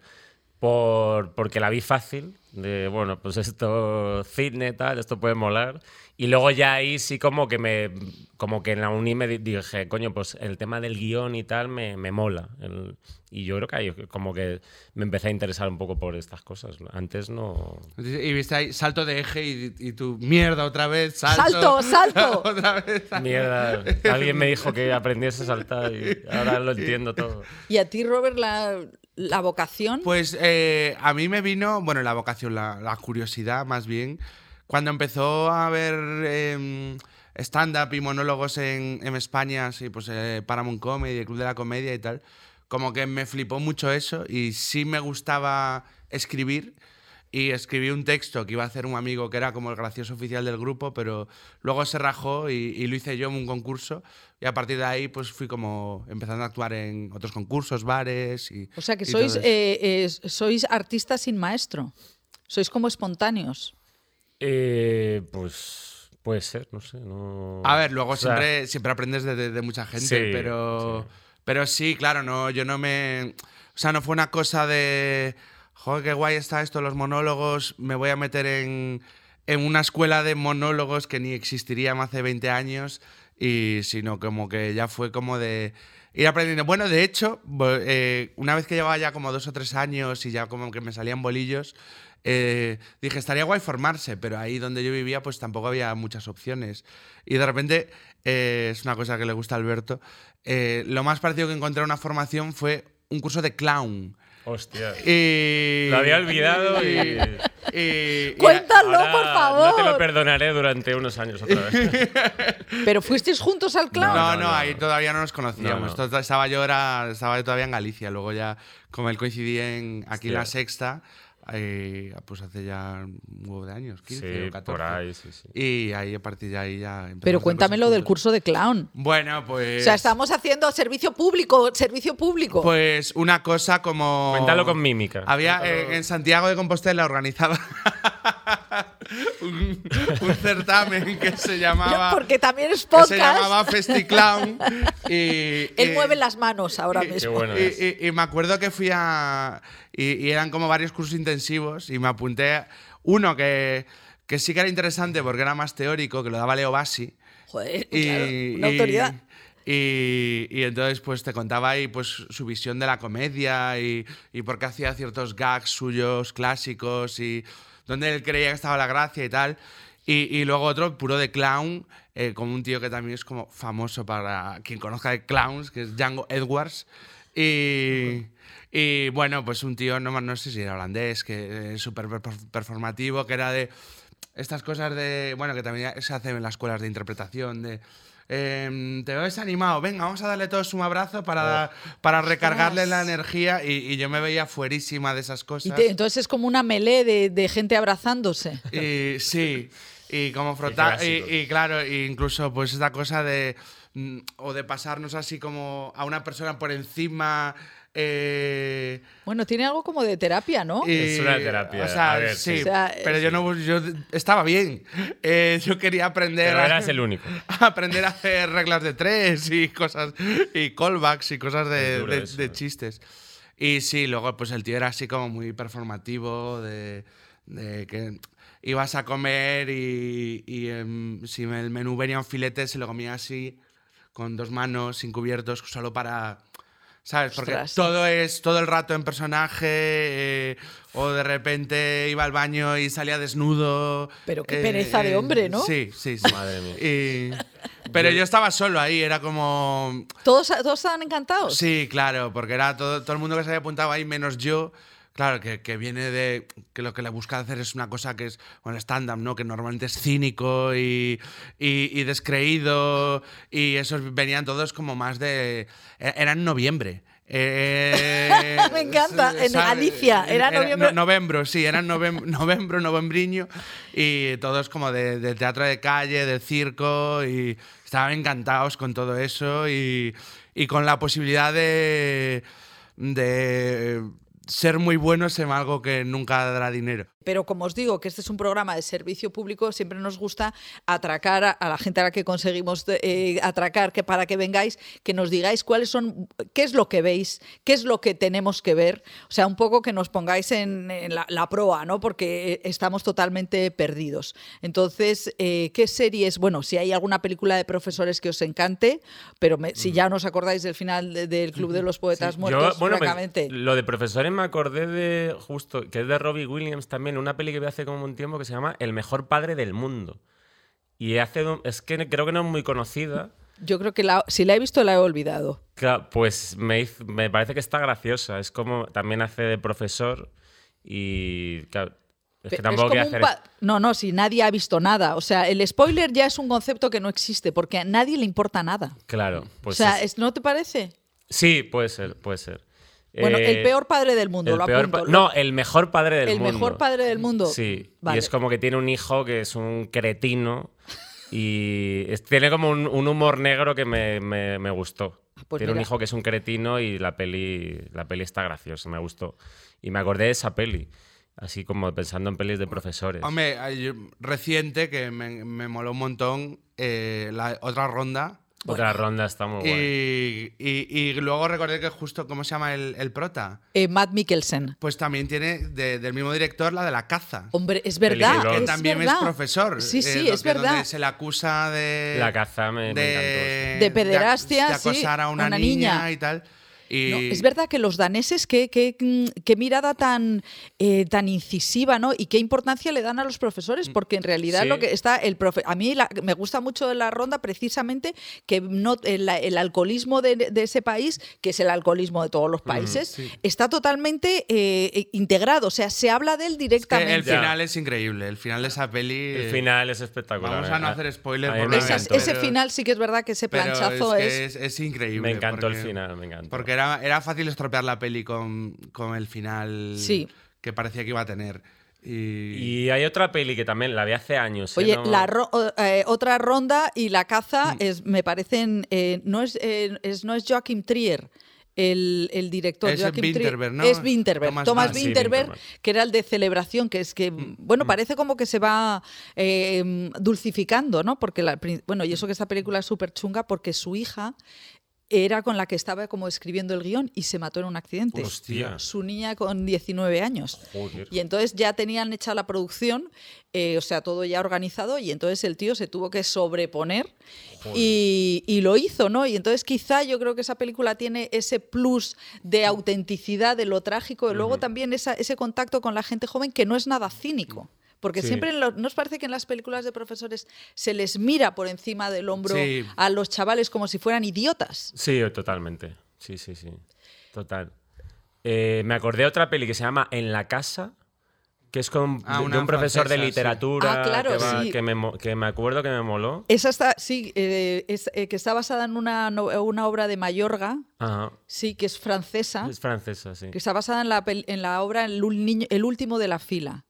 Speaker 3: por, porque la vi fácil, de bueno, pues esto cine, tal, esto puede molar. Y luego ya ahí sí como que me, como que en la uni me di- dije, coño, pues el tema del guión y tal me, me mola. El- y yo creo que ahí como que me empecé a interesar un poco por estas cosas. Antes no...
Speaker 4: Y viste ahí salto de eje y, y tú, mierda, otra vez,
Speaker 1: ¡Salto,
Speaker 4: salto.
Speaker 1: salto!
Speaker 4: otra vez. salto.
Speaker 3: Mierda, alguien me dijo que aprendiese a saltar y ahora lo entiendo todo.
Speaker 1: ¿Y a ti, Robert, la, la vocación?
Speaker 4: Pues eh, a mí me vino, bueno, la vocación, la, la curiosidad más bien, cuando empezó a ver em, stand-up y monólogos en, en España, así, pues eh, Paramount Comedy, el Club de la Comedia y tal, como que me flipó mucho eso y sí me gustaba escribir. Y escribí un texto que iba a hacer un amigo que era como el gracioso oficial del grupo, pero luego se rajó y, y lo hice yo en un concurso. Y a partir de ahí, pues fui como empezando a actuar en otros concursos, bares y.
Speaker 1: o sea que
Speaker 4: y todo
Speaker 1: sois,
Speaker 4: eso.
Speaker 1: eh, eh, sois artistas sin maestro. Sois como espontáneos.
Speaker 3: Eh, pues puede ser, no sé. No...
Speaker 4: A ver, luego
Speaker 3: O sea,
Speaker 4: siempre, siempre aprendes de, de- de mucha gente,
Speaker 3: Sí,
Speaker 4: pero. Pero sí, claro, no, yo no me. O sea, no fue una cosa de. Joder, qué guay está esto, los monólogos. Me voy a meter en, en una escuela de monólogos que ni existirían hace 20 años. Y sino como que ya fue como de ir aprendiendo. Bueno, de hecho, bo- eh, una vez que llevaba ya como dos o tres años y ya como que me salían bolillos, eh, dije, estaría guay formarse, pero ahí donde yo vivía pues tampoco había muchas opciones. Y de repente, eh, es una cosa que le gusta a Alberto, eh, lo más parecido que encontré a una formación fue un curso de clown.
Speaker 3: Hostia.
Speaker 4: Y-
Speaker 3: Lo había olvidado y-
Speaker 4: y- y-
Speaker 1: ¡Cuéntalo,
Speaker 3: Ahora
Speaker 1: por favor!
Speaker 3: No te lo perdonaré durante unos años otra vez.
Speaker 1: Pero fuisteis juntos al clown.
Speaker 4: No, no,
Speaker 3: no, no.
Speaker 4: ahí todavía no nos conocíamos.
Speaker 3: No,
Speaker 4: To- Estaba yo era, estaba yo todavía en Galicia, luego ya como él coincidí en aquí en la
Speaker 3: Hostia.
Speaker 4: sexta, eh, pues hace ya un huevo de años, 15
Speaker 3: sí,
Speaker 4: o 14.
Speaker 3: por ahí, sí, sí.
Speaker 4: Y ahí a partir de ahí ya empezamos a
Speaker 1: Pero
Speaker 4: hacer
Speaker 1: cuéntame
Speaker 4: cosas
Speaker 1: lo del
Speaker 4: juntos.
Speaker 1: curso de clown.
Speaker 4: Bueno, pues
Speaker 1: O sea, estamos haciendo servicio público, servicio público.
Speaker 4: pues una cosa como
Speaker 3: Cuéntalo con mímica.
Speaker 4: Había eh, en Santiago de Compostela organizaba un, un certamen que se llamaba
Speaker 1: Porque también es
Speaker 4: que
Speaker 1: podcast.
Speaker 4: se llamaba FestiClown y,
Speaker 1: Él
Speaker 4: y-
Speaker 1: mueve las manos ahora
Speaker 4: y-
Speaker 1: mismo.
Speaker 3: bueno
Speaker 4: y,
Speaker 3: es.
Speaker 4: y- y me acuerdo que fui a. Y, y eran como varios cursos intensivos y me apunté a uno que, que sí que era interesante porque era más teórico, que lo daba Leo Bassi.
Speaker 1: Joder,
Speaker 4: Y,
Speaker 1: claro, una
Speaker 4: y-
Speaker 1: autoridad.
Speaker 4: Y, y entonces pues te contaba ahí pues su visión de la comedia y, y por qué hacía ciertos gags suyos clásicos y dónde él creía que estaba la gracia y tal. Y, y luego otro puro de clown, eh, con un tío que también es como famoso para quien conozca de clowns, que es Django Edwards. Y, y bueno, pues un tío, no, no sé si era holandés, que es súper perfor- performativo, que era de estas cosas de, bueno, que también se hacen en las escuelas de interpretación, de... em, te ves animado, venga, vamos a darle todos un abrazo para,
Speaker 3: Oh.
Speaker 4: para recargarle la energía y, y yo me veía fuerísima de esas
Speaker 1: Y
Speaker 4: cosas.
Speaker 1: te- entonces es como una melee de, de gente abrazándose.
Speaker 4: Y sí, y como frotar. Y,
Speaker 3: clásico.
Speaker 4: y claro, e incluso pues esta cosa de. mm, O de pasarnos así como a una persona por encima. eh,
Speaker 1: Bueno, tiene algo como de terapia, ¿no?
Speaker 4: y-
Speaker 3: Es una terapia,
Speaker 4: O sea,
Speaker 3: a ver,
Speaker 4: sí.
Speaker 3: sí.
Speaker 1: O sea,
Speaker 4: pero yo no. Yo estaba bien. Eh, yo quería aprender.
Speaker 3: Pero
Speaker 4: a-
Speaker 3: eras el único.
Speaker 4: aprender a hacer reglas de tres y cosas y callbacks y cosas de,
Speaker 3: Es duro
Speaker 4: de-
Speaker 3: eso,
Speaker 4: de
Speaker 3: eh.
Speaker 4: chistes. Y sí, luego pues el tío era así como muy performativo de, de que ibas a comer y, y, em, si en el menú venía un filete se lo comía así con dos manos sin cubiertos solo para ¿Sabes? Porque
Speaker 1: Ostras.
Speaker 4: todo es todo el rato en personaje, eh, o de repente iba al baño y salía desnudo.
Speaker 1: Pero qué pereza de hombre, ¿no?
Speaker 4: Eh, Sí, sí, sí.
Speaker 3: Madre mía.
Speaker 4: Y- pero yo estaba solo ahí, era como.
Speaker 1: ¿Todos, todos estaban encantados.
Speaker 4: Sí, claro, porque era todo, todo el mundo que se había apuntado ahí, menos yo. Claro, que, que viene de. que lo que le busca hacer es una cosa que es. bueno, stand-up, ¿no? Que normalmente es cínico y, y, y descreído. Y esos venían todos como más de. e- Era en noviembre. Eh,
Speaker 1: Me encanta, en
Speaker 4: ¿sabes?
Speaker 1: Galicia, era noviembre.
Speaker 4: no- Novembro, sí, era novem- novembro, novembriño, y todos como de, de teatro de calle, de circo, y estaban encantados con todo eso y, y con la posibilidad de, de ser muy buenos en algo que nunca dará dinero.
Speaker 1: Pero como os digo, que este es un programa de servicio público, siempre nos gusta atracar a, a la gente a la que conseguimos eh, atracar, que para que vengáis, que nos digáis cuáles son, qué es lo que veis, qué es lo que tenemos que ver. O sea, un poco que nos pongáis en, en la, la, proa, ¿no? Porque eh, estamos totalmente perdidos. Entonces, eh, ¿qué series? Bueno, si hay alguna película de profesores que os encante, pero me, si ya no os acordáis del final del de, de Club de los Poetas sí. Muertos, Yo, bueno, francamente.
Speaker 3: Me, pues, lo de profesores me acordé de, justo, que es de Robbie Williams también, una peli que vi hace como un tiempo que se llama El mejor padre del mundo. Y hace, es que creo que no es muy conocida.
Speaker 1: Yo creo que la, si la he visto la he olvidado.
Speaker 3: Claro, pues me, hizo, me parece que está graciosa. Es como también hace de profesor y claro, es que tampoco es hacer...
Speaker 1: No, no, si nadie ha visto nada. O sea, el spoiler ya es un concepto que no existe porque a nadie le importa nada.
Speaker 3: Claro. Pues
Speaker 1: o sea, es... ¿no te parece?
Speaker 3: Sí, puede ser, puede ser.
Speaker 1: Bueno, eh, el peor padre del mundo, lo apunto.
Speaker 3: Peor, no, el mejor padre del
Speaker 1: el
Speaker 3: mundo.
Speaker 1: El mejor padre del mundo.
Speaker 3: Sí. Vale. Y es como que tiene un hijo que es un cretino y es, tiene como un, un, humor negro que me, me, me gustó.
Speaker 1: Ah,
Speaker 3: Pues tiene mira. un hijo que es un cretino y la peli, la peli está graciosa, me gustó. Y me acordé de esa peli. Así como pensando en pelis de profesores.
Speaker 4: Hombre, reciente que me, me moló un montón eh, la otra ronda.
Speaker 3: Bueno. Otra ronda está muy
Speaker 4: Eh, y, y, y, luego recordé que justo, ¿cómo se llama el, el prota?
Speaker 1: Eh, Matt Mikkelsen.
Speaker 4: Pues también tiene de, del mismo director la de la caza.
Speaker 1: Hombre, es verdad.
Speaker 4: Que
Speaker 1: es
Speaker 4: también
Speaker 1: verdad.
Speaker 4: es profesor.
Speaker 1: Sí, sí, eh, es verdad.
Speaker 4: Donde se le acusa de.
Speaker 3: La caza me,
Speaker 1: de,
Speaker 3: me encantó,
Speaker 1: sí. de pederastia.
Speaker 4: De, acosar
Speaker 1: sí,
Speaker 4: a una, una niña. niña y tal. Y...
Speaker 1: No, es verdad que los daneses, qué, qué, mm, qué mirada tan, eh, tan incisiva, ¿no? Y qué importancia le dan a los
Speaker 4: Mm,
Speaker 1: profesores, porque en realidad sí. lo que está el profe A mí la, me gusta mucho de la ronda precisamente que no, el, el alcoholismo de, de, ese país, que es el alcoholismo de todos los países, mm, sí. está totalmente eh, integrado, o sea, se habla de él directamente.
Speaker 4: Es que el final ya. es increíble, el final de esa peli...
Speaker 3: El final es espectacular.
Speaker 4: Vamos a no hacer spoilers.
Speaker 1: Por Esas, ese final sí que es verdad que ese planchazo
Speaker 4: es, que es, es... increíble.
Speaker 3: Me encantó porque, el final, me encantó.
Speaker 4: Porque era, era, fácil estropear la peli con, con el final
Speaker 1: sí.
Speaker 4: que parecía que iba a tener. Y...
Speaker 3: y... hay otra peli que también la vi hace años.
Speaker 1: Oye,
Speaker 3: ¿eh? no...
Speaker 1: la ro eh, otra ronda y la caza es, me parecen. Eh, no, es, es, no es Joachim Trier. El, el, director
Speaker 4: es
Speaker 1: Joachim
Speaker 4: Winterberg, ¿no?
Speaker 1: Es Winterberg, Thomas, Thomas Winterberg, sí, Winterberg, que era el de celebración, que es que, bueno, mm. parece como que se va em, dulcificando, ¿no? Porque, la, bueno, y eso que esta película es súper chunga porque su hija era con la que estaba como escribiendo el guión y se mató en un accidente.
Speaker 3: Hostia.
Speaker 1: Su niña con 19 años. Joder. Y entonces ya tenían hecha la producción, eh, o sea, todo ya organizado, y entonces el tío se tuvo que sobreponer y, y, lo hizo, ¿no? Y entonces quizá yo creo que esa película tiene ese plus de autenticidad, de lo trágico, y luego uh -huh. también esa, ese contacto con la gente joven que no es nada cínico. Porque sí. siempre nos ¿no parece que en las películas de profesores se les mira por encima del hombro sí. a los chavales como si fueran idiotas?
Speaker 3: Sí, totalmente. Sí, sí, sí. Total. Eh, me acordé de otra peli que se llama En la casa, que es con, ah, de un profesor francesa, de literatura
Speaker 1: sí. ah, claro,
Speaker 3: que,
Speaker 1: va, sí.
Speaker 3: que, me, que, me, acuerdo que me moló.
Speaker 1: Esa está, sí, eh, es, eh, que está basada en una, una obra de Mayorga,
Speaker 3: Ajá.
Speaker 1: sí, que es francesa.
Speaker 3: Es francesa, sí.
Speaker 1: Ah. Que está basada en la, en la obra el, niño, el último de la fila.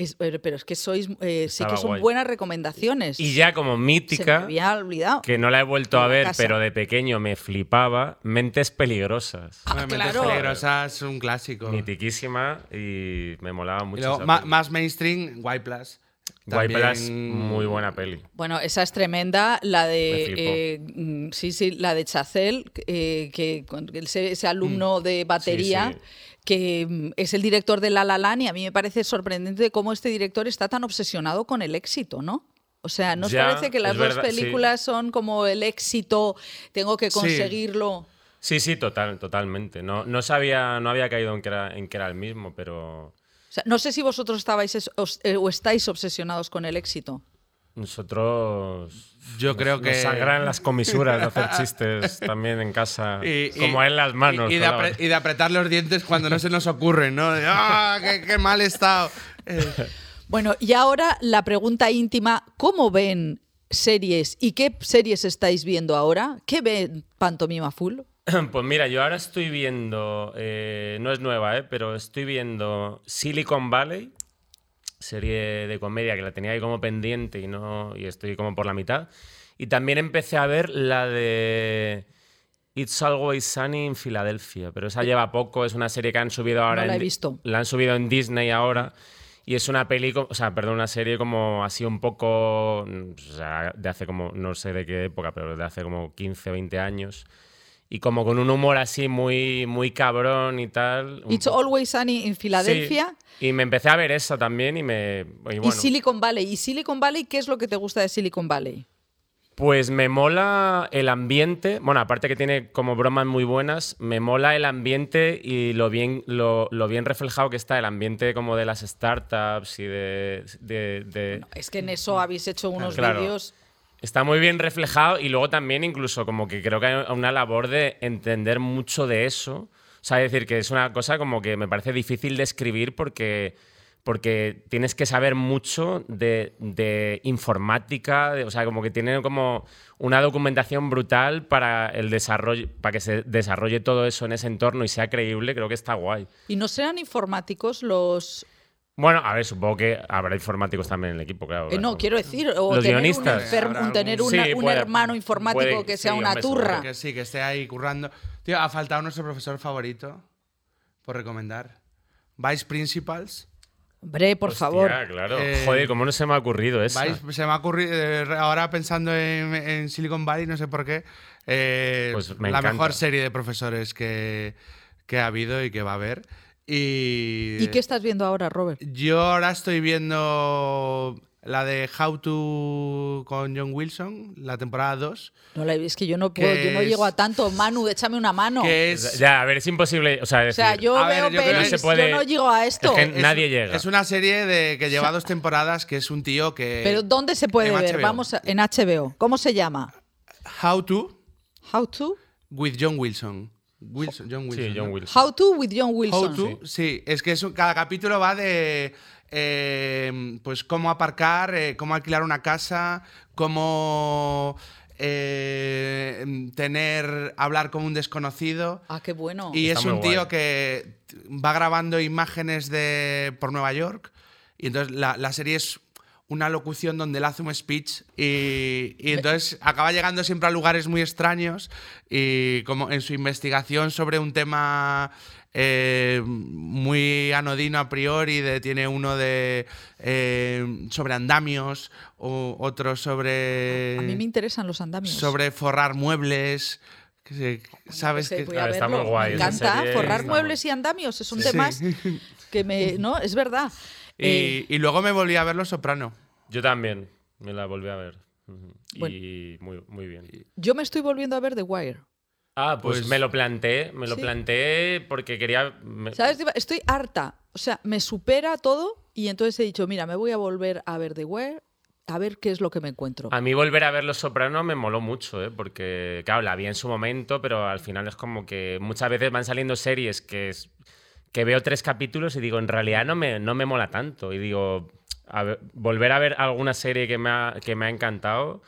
Speaker 1: Es, pero es que sois eh, sí que son guay. buenas recomendaciones.
Speaker 3: Y ya como mítica,
Speaker 1: Se me había olvidado.
Speaker 3: que no la he vuelto a ver, casa. pero de pequeño me flipaba, Mentes Peligrosas.
Speaker 1: Ah, claro.
Speaker 4: Mentes Peligrosas es un clásico.
Speaker 3: Mitiquísima y me molaba mucho.
Speaker 4: Luego, ma más mainstream, White Plus.
Speaker 3: También... White muy buena peli.
Speaker 1: Bueno, esa es tremenda. La de. Eh, sí, sí, la de Chacel, eh, que ese, ese alumno mm. de batería. Sí, sí que mm, es el director de La La Land y a mí me parece sorprendente cómo este director está tan obsesionado con el éxito, ¿no? O sea, ¿no os ya, parece que las dos verdad, películas sí. son como el éxito, tengo que conseguirlo?
Speaker 3: Sí, sí, sí total, totalmente. No, no sabía, no había caído en que era, en que era el mismo, pero...
Speaker 1: O sea, no sé si vosotros estabais es, os, eh, o estáis obsesionados con el éxito.
Speaker 3: Nosotros.
Speaker 4: Yo
Speaker 3: nos,
Speaker 4: creo que.
Speaker 3: Nos sangran las comisuras de hacer chistes también en casa. Y, y, como en las manos.
Speaker 4: Y, y, de apre, y, de apretar los dientes cuando no se nos ocurre, ¿no? De, ¡Ah, qué, qué, mal he estado! Eh.
Speaker 1: Bueno, y ahora la pregunta íntima: ¿cómo ven series y qué series estáis viendo ahora? ¿Qué ven Pantomima Full?
Speaker 3: Pues mira, yo ahora estoy viendo. Eh, no es nueva, eh, pero estoy viendo Silicon Valley serie de comedia que la tenía ahí como pendiente y no y estoy como por la mitad. Y también empecé a ver la de It's Always Sunny en Filadelfia, pero esa lleva poco, es una serie que han subido ahora
Speaker 1: no la, he
Speaker 3: en,
Speaker 1: visto.
Speaker 3: la han subido en Disney ahora Y es una peli, co- o sea, perdón, una serie como así un poco, mm, o sea, de hace como, no sé de qué época, pero de hace como 15, 20 años. Y como con un humor así muy, muy cabrón y tal. un
Speaker 1: It's
Speaker 3: poco-
Speaker 1: Always Sunny en Filadelfia.
Speaker 3: Sí, Y me empecé a ver esa también y me... y
Speaker 1: Y
Speaker 3: bueno,
Speaker 1: Silicon Valley. ¿Y Silicon Valley qué es lo que te gusta de Silicon Valley?
Speaker 3: Pues me mola el ambiente. Bueno, aparte que tiene como bromas muy buenas, me mola el ambiente y lo bien, lo, lo bien reflejado que está el ambiente como de las startups y de... de- de-
Speaker 1: Es que en eso habéis hecho unos
Speaker 3: Mm, Claro.
Speaker 1: vídeos.
Speaker 3: Está muy bien reflejado y luego también incluso como que creo que hay una labor de entender mucho de eso. O sea, es decir, que es una cosa como que me parece difícil de escribir porque, porque tienes que saber mucho de, de informática, de- o sea, como que tiene como una documentación brutal para el desarrollo, para que se desarrolle todo eso en ese entorno y sea creíble, creo que está guay.
Speaker 1: ¿Y no serán informáticos los.?
Speaker 3: Bueno, a ver, supongo que habrá informáticos también en el equipo, claro.
Speaker 1: eh, no,
Speaker 3: como-
Speaker 1: quiero decir. O
Speaker 3: Los
Speaker 1: tener
Speaker 3: guionistas.
Speaker 1: Un, enfermo-
Speaker 4: Habrá
Speaker 1: un tener
Speaker 3: algún-
Speaker 1: una-
Speaker 3: Sí,
Speaker 1: un
Speaker 3: puede-
Speaker 1: hermano informático
Speaker 3: puede-
Speaker 1: que
Speaker 3: sí,
Speaker 1: sea una
Speaker 3: hombre, seguro
Speaker 1: turra.
Speaker 4: Que sí, que esté ahí currando. Tío, ha faltado nuestro profesor favorito por recomendar. Vice Principals.
Speaker 1: Hombre, por
Speaker 3: Hostia,
Speaker 1: favor.
Speaker 3: claro.
Speaker 4: Eh,
Speaker 3: Joder, ¿cómo no se me ha ocurrido eso?
Speaker 4: Vice, se me ha ocurrido, eh, ahora pensando en, en Silicon Valley, no sé por qué, eh,
Speaker 3: Pues me
Speaker 4: la
Speaker 3: encanta.
Speaker 4: mejor serie de profesores que, que ha habido y que va a haber. Y,
Speaker 1: ¿Y qué estás viendo ahora, Robert?
Speaker 4: Yo ahora estoy viendo la de How to con John Wilson, la temporada 2,
Speaker 1: No, la- es que yo no puedo,
Speaker 4: Que
Speaker 1: yo no
Speaker 4: es-
Speaker 1: llego a tanto. Manu, échame una mano.
Speaker 4: que
Speaker 3: Es-
Speaker 4: es...
Speaker 3: Ya, a ver, es imposible. O sea,
Speaker 1: O sea,
Speaker 3: decir,
Speaker 1: yo
Speaker 4: A ver,
Speaker 1: veo
Speaker 4: yo creo que no
Speaker 1: pelis,
Speaker 3: se puede-
Speaker 1: yo no llego a esto.
Speaker 3: Es que-
Speaker 4: es- eh,
Speaker 3: Nadie llega.
Speaker 4: Es una serie de que lleva dos temporadas, que es un tío que...
Speaker 1: Pero ¿dónde se puede
Speaker 4: en
Speaker 1: ver?
Speaker 4: HBO.
Speaker 1: Vamos a- en HBO. ¿Cómo se llama?
Speaker 4: How to
Speaker 1: How to?
Speaker 4: with John Wilson. Wilson John Wilson.
Speaker 3: sí, John
Speaker 4: ¿no?
Speaker 3: Wilson.
Speaker 1: How to with John Wilson.
Speaker 4: How to, sí. es que es un- cada capítulo va de eh, pues cómo aparcar, eh, cómo alquilar una casa, cómo eh, tener hablar con un desconocido.
Speaker 1: Ah, qué bueno.
Speaker 4: Y
Speaker 3: Está
Speaker 4: es
Speaker 3: muy
Speaker 4: un tío
Speaker 3: guay.
Speaker 4: que t- va grabando imágenes de por Nueva York. Y entonces la, la serie es una locución donde él hace un speech y, y entonces acaba llegando siempre a lugares muy extraños y como en su investigación sobre un tema eh, muy anodino a priori, de, tiene uno de eh, sobre andamios, o otro sobre
Speaker 1: a mí me interesan los andamios.
Speaker 4: eh, sobre forrar muebles, que se- sabes
Speaker 1: Sí,
Speaker 4: que Ah,
Speaker 1: voy
Speaker 3: Claro,
Speaker 1: a
Speaker 3: está
Speaker 1: verlo.
Speaker 3: muy guay
Speaker 1: Me
Speaker 3: esa
Speaker 1: encanta
Speaker 3: serie,
Speaker 1: forrar
Speaker 3: está
Speaker 1: muebles y andamios. Son
Speaker 4: Sí.
Speaker 1: temas que me. No, es verdad. Eh,
Speaker 4: Y, y luego me volví a ver Los Soprano.
Speaker 3: Yo también me la volví a ver. Ujú.
Speaker 1: Bueno.
Speaker 3: Y muy, muy bien.
Speaker 1: yo me estoy volviendo a ver The Wire.
Speaker 3: Ah, pues,
Speaker 4: Pues-
Speaker 3: me lo planteé, me lo
Speaker 1: Sí.
Speaker 3: planteé porque quería... me-
Speaker 1: ¿Sabes? Estoy harta. O sea, me supera todo y entonces he dicho, mira, me voy a volver a ver The Wire, a ver qué es lo que me encuentro.
Speaker 3: A mí volver a ver Los Sopranos me moló mucho, ¿eh? porque, claro, la vi en su momento, pero al final es como que muchas veces van saliendo series que, es- que veo tres capítulos y digo, en realidad no me, no me mola tanto. Y digo, a ver, volver a ver alguna serie que me, ha, que me ha encantado,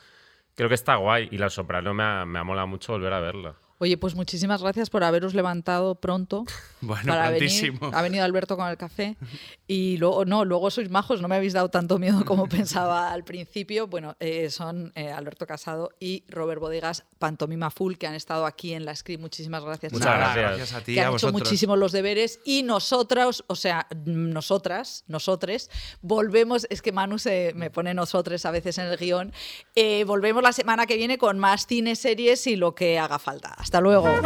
Speaker 3: creo que está guay. Y Los Sopranos me ha, me ha molado mucho volver a verla.
Speaker 1: Oye, pues muchísimas gracias por haberos levantado pronto.
Speaker 4: Bueno,
Speaker 1: para venir.
Speaker 4: prontísimo.
Speaker 1: Ha venido Alberto con el café. Y luego, no, luego sois majos, no me habéis dado tanto miedo como pensaba al principio. Bueno, eh, son eh, Alberto Casado y Robert Bodegas, Pantomima Full, que han estado aquí en la script. Muchísimas gracias.
Speaker 3: Muchas
Speaker 1: chicos,
Speaker 4: Nada,
Speaker 3: gracias.
Speaker 4: a ti,
Speaker 1: que
Speaker 4: a
Speaker 1: han hecho
Speaker 4: vosotros.
Speaker 1: muchísimo los deberes y nosotras, o sea, nosotras, nosotres, volvemos, es que Manu se
Speaker 4: Mm.
Speaker 1: me pone nosotres a veces en el guión, eh, volvemos la semana que viene con más cine, series y lo que haga falta. Hasta luego.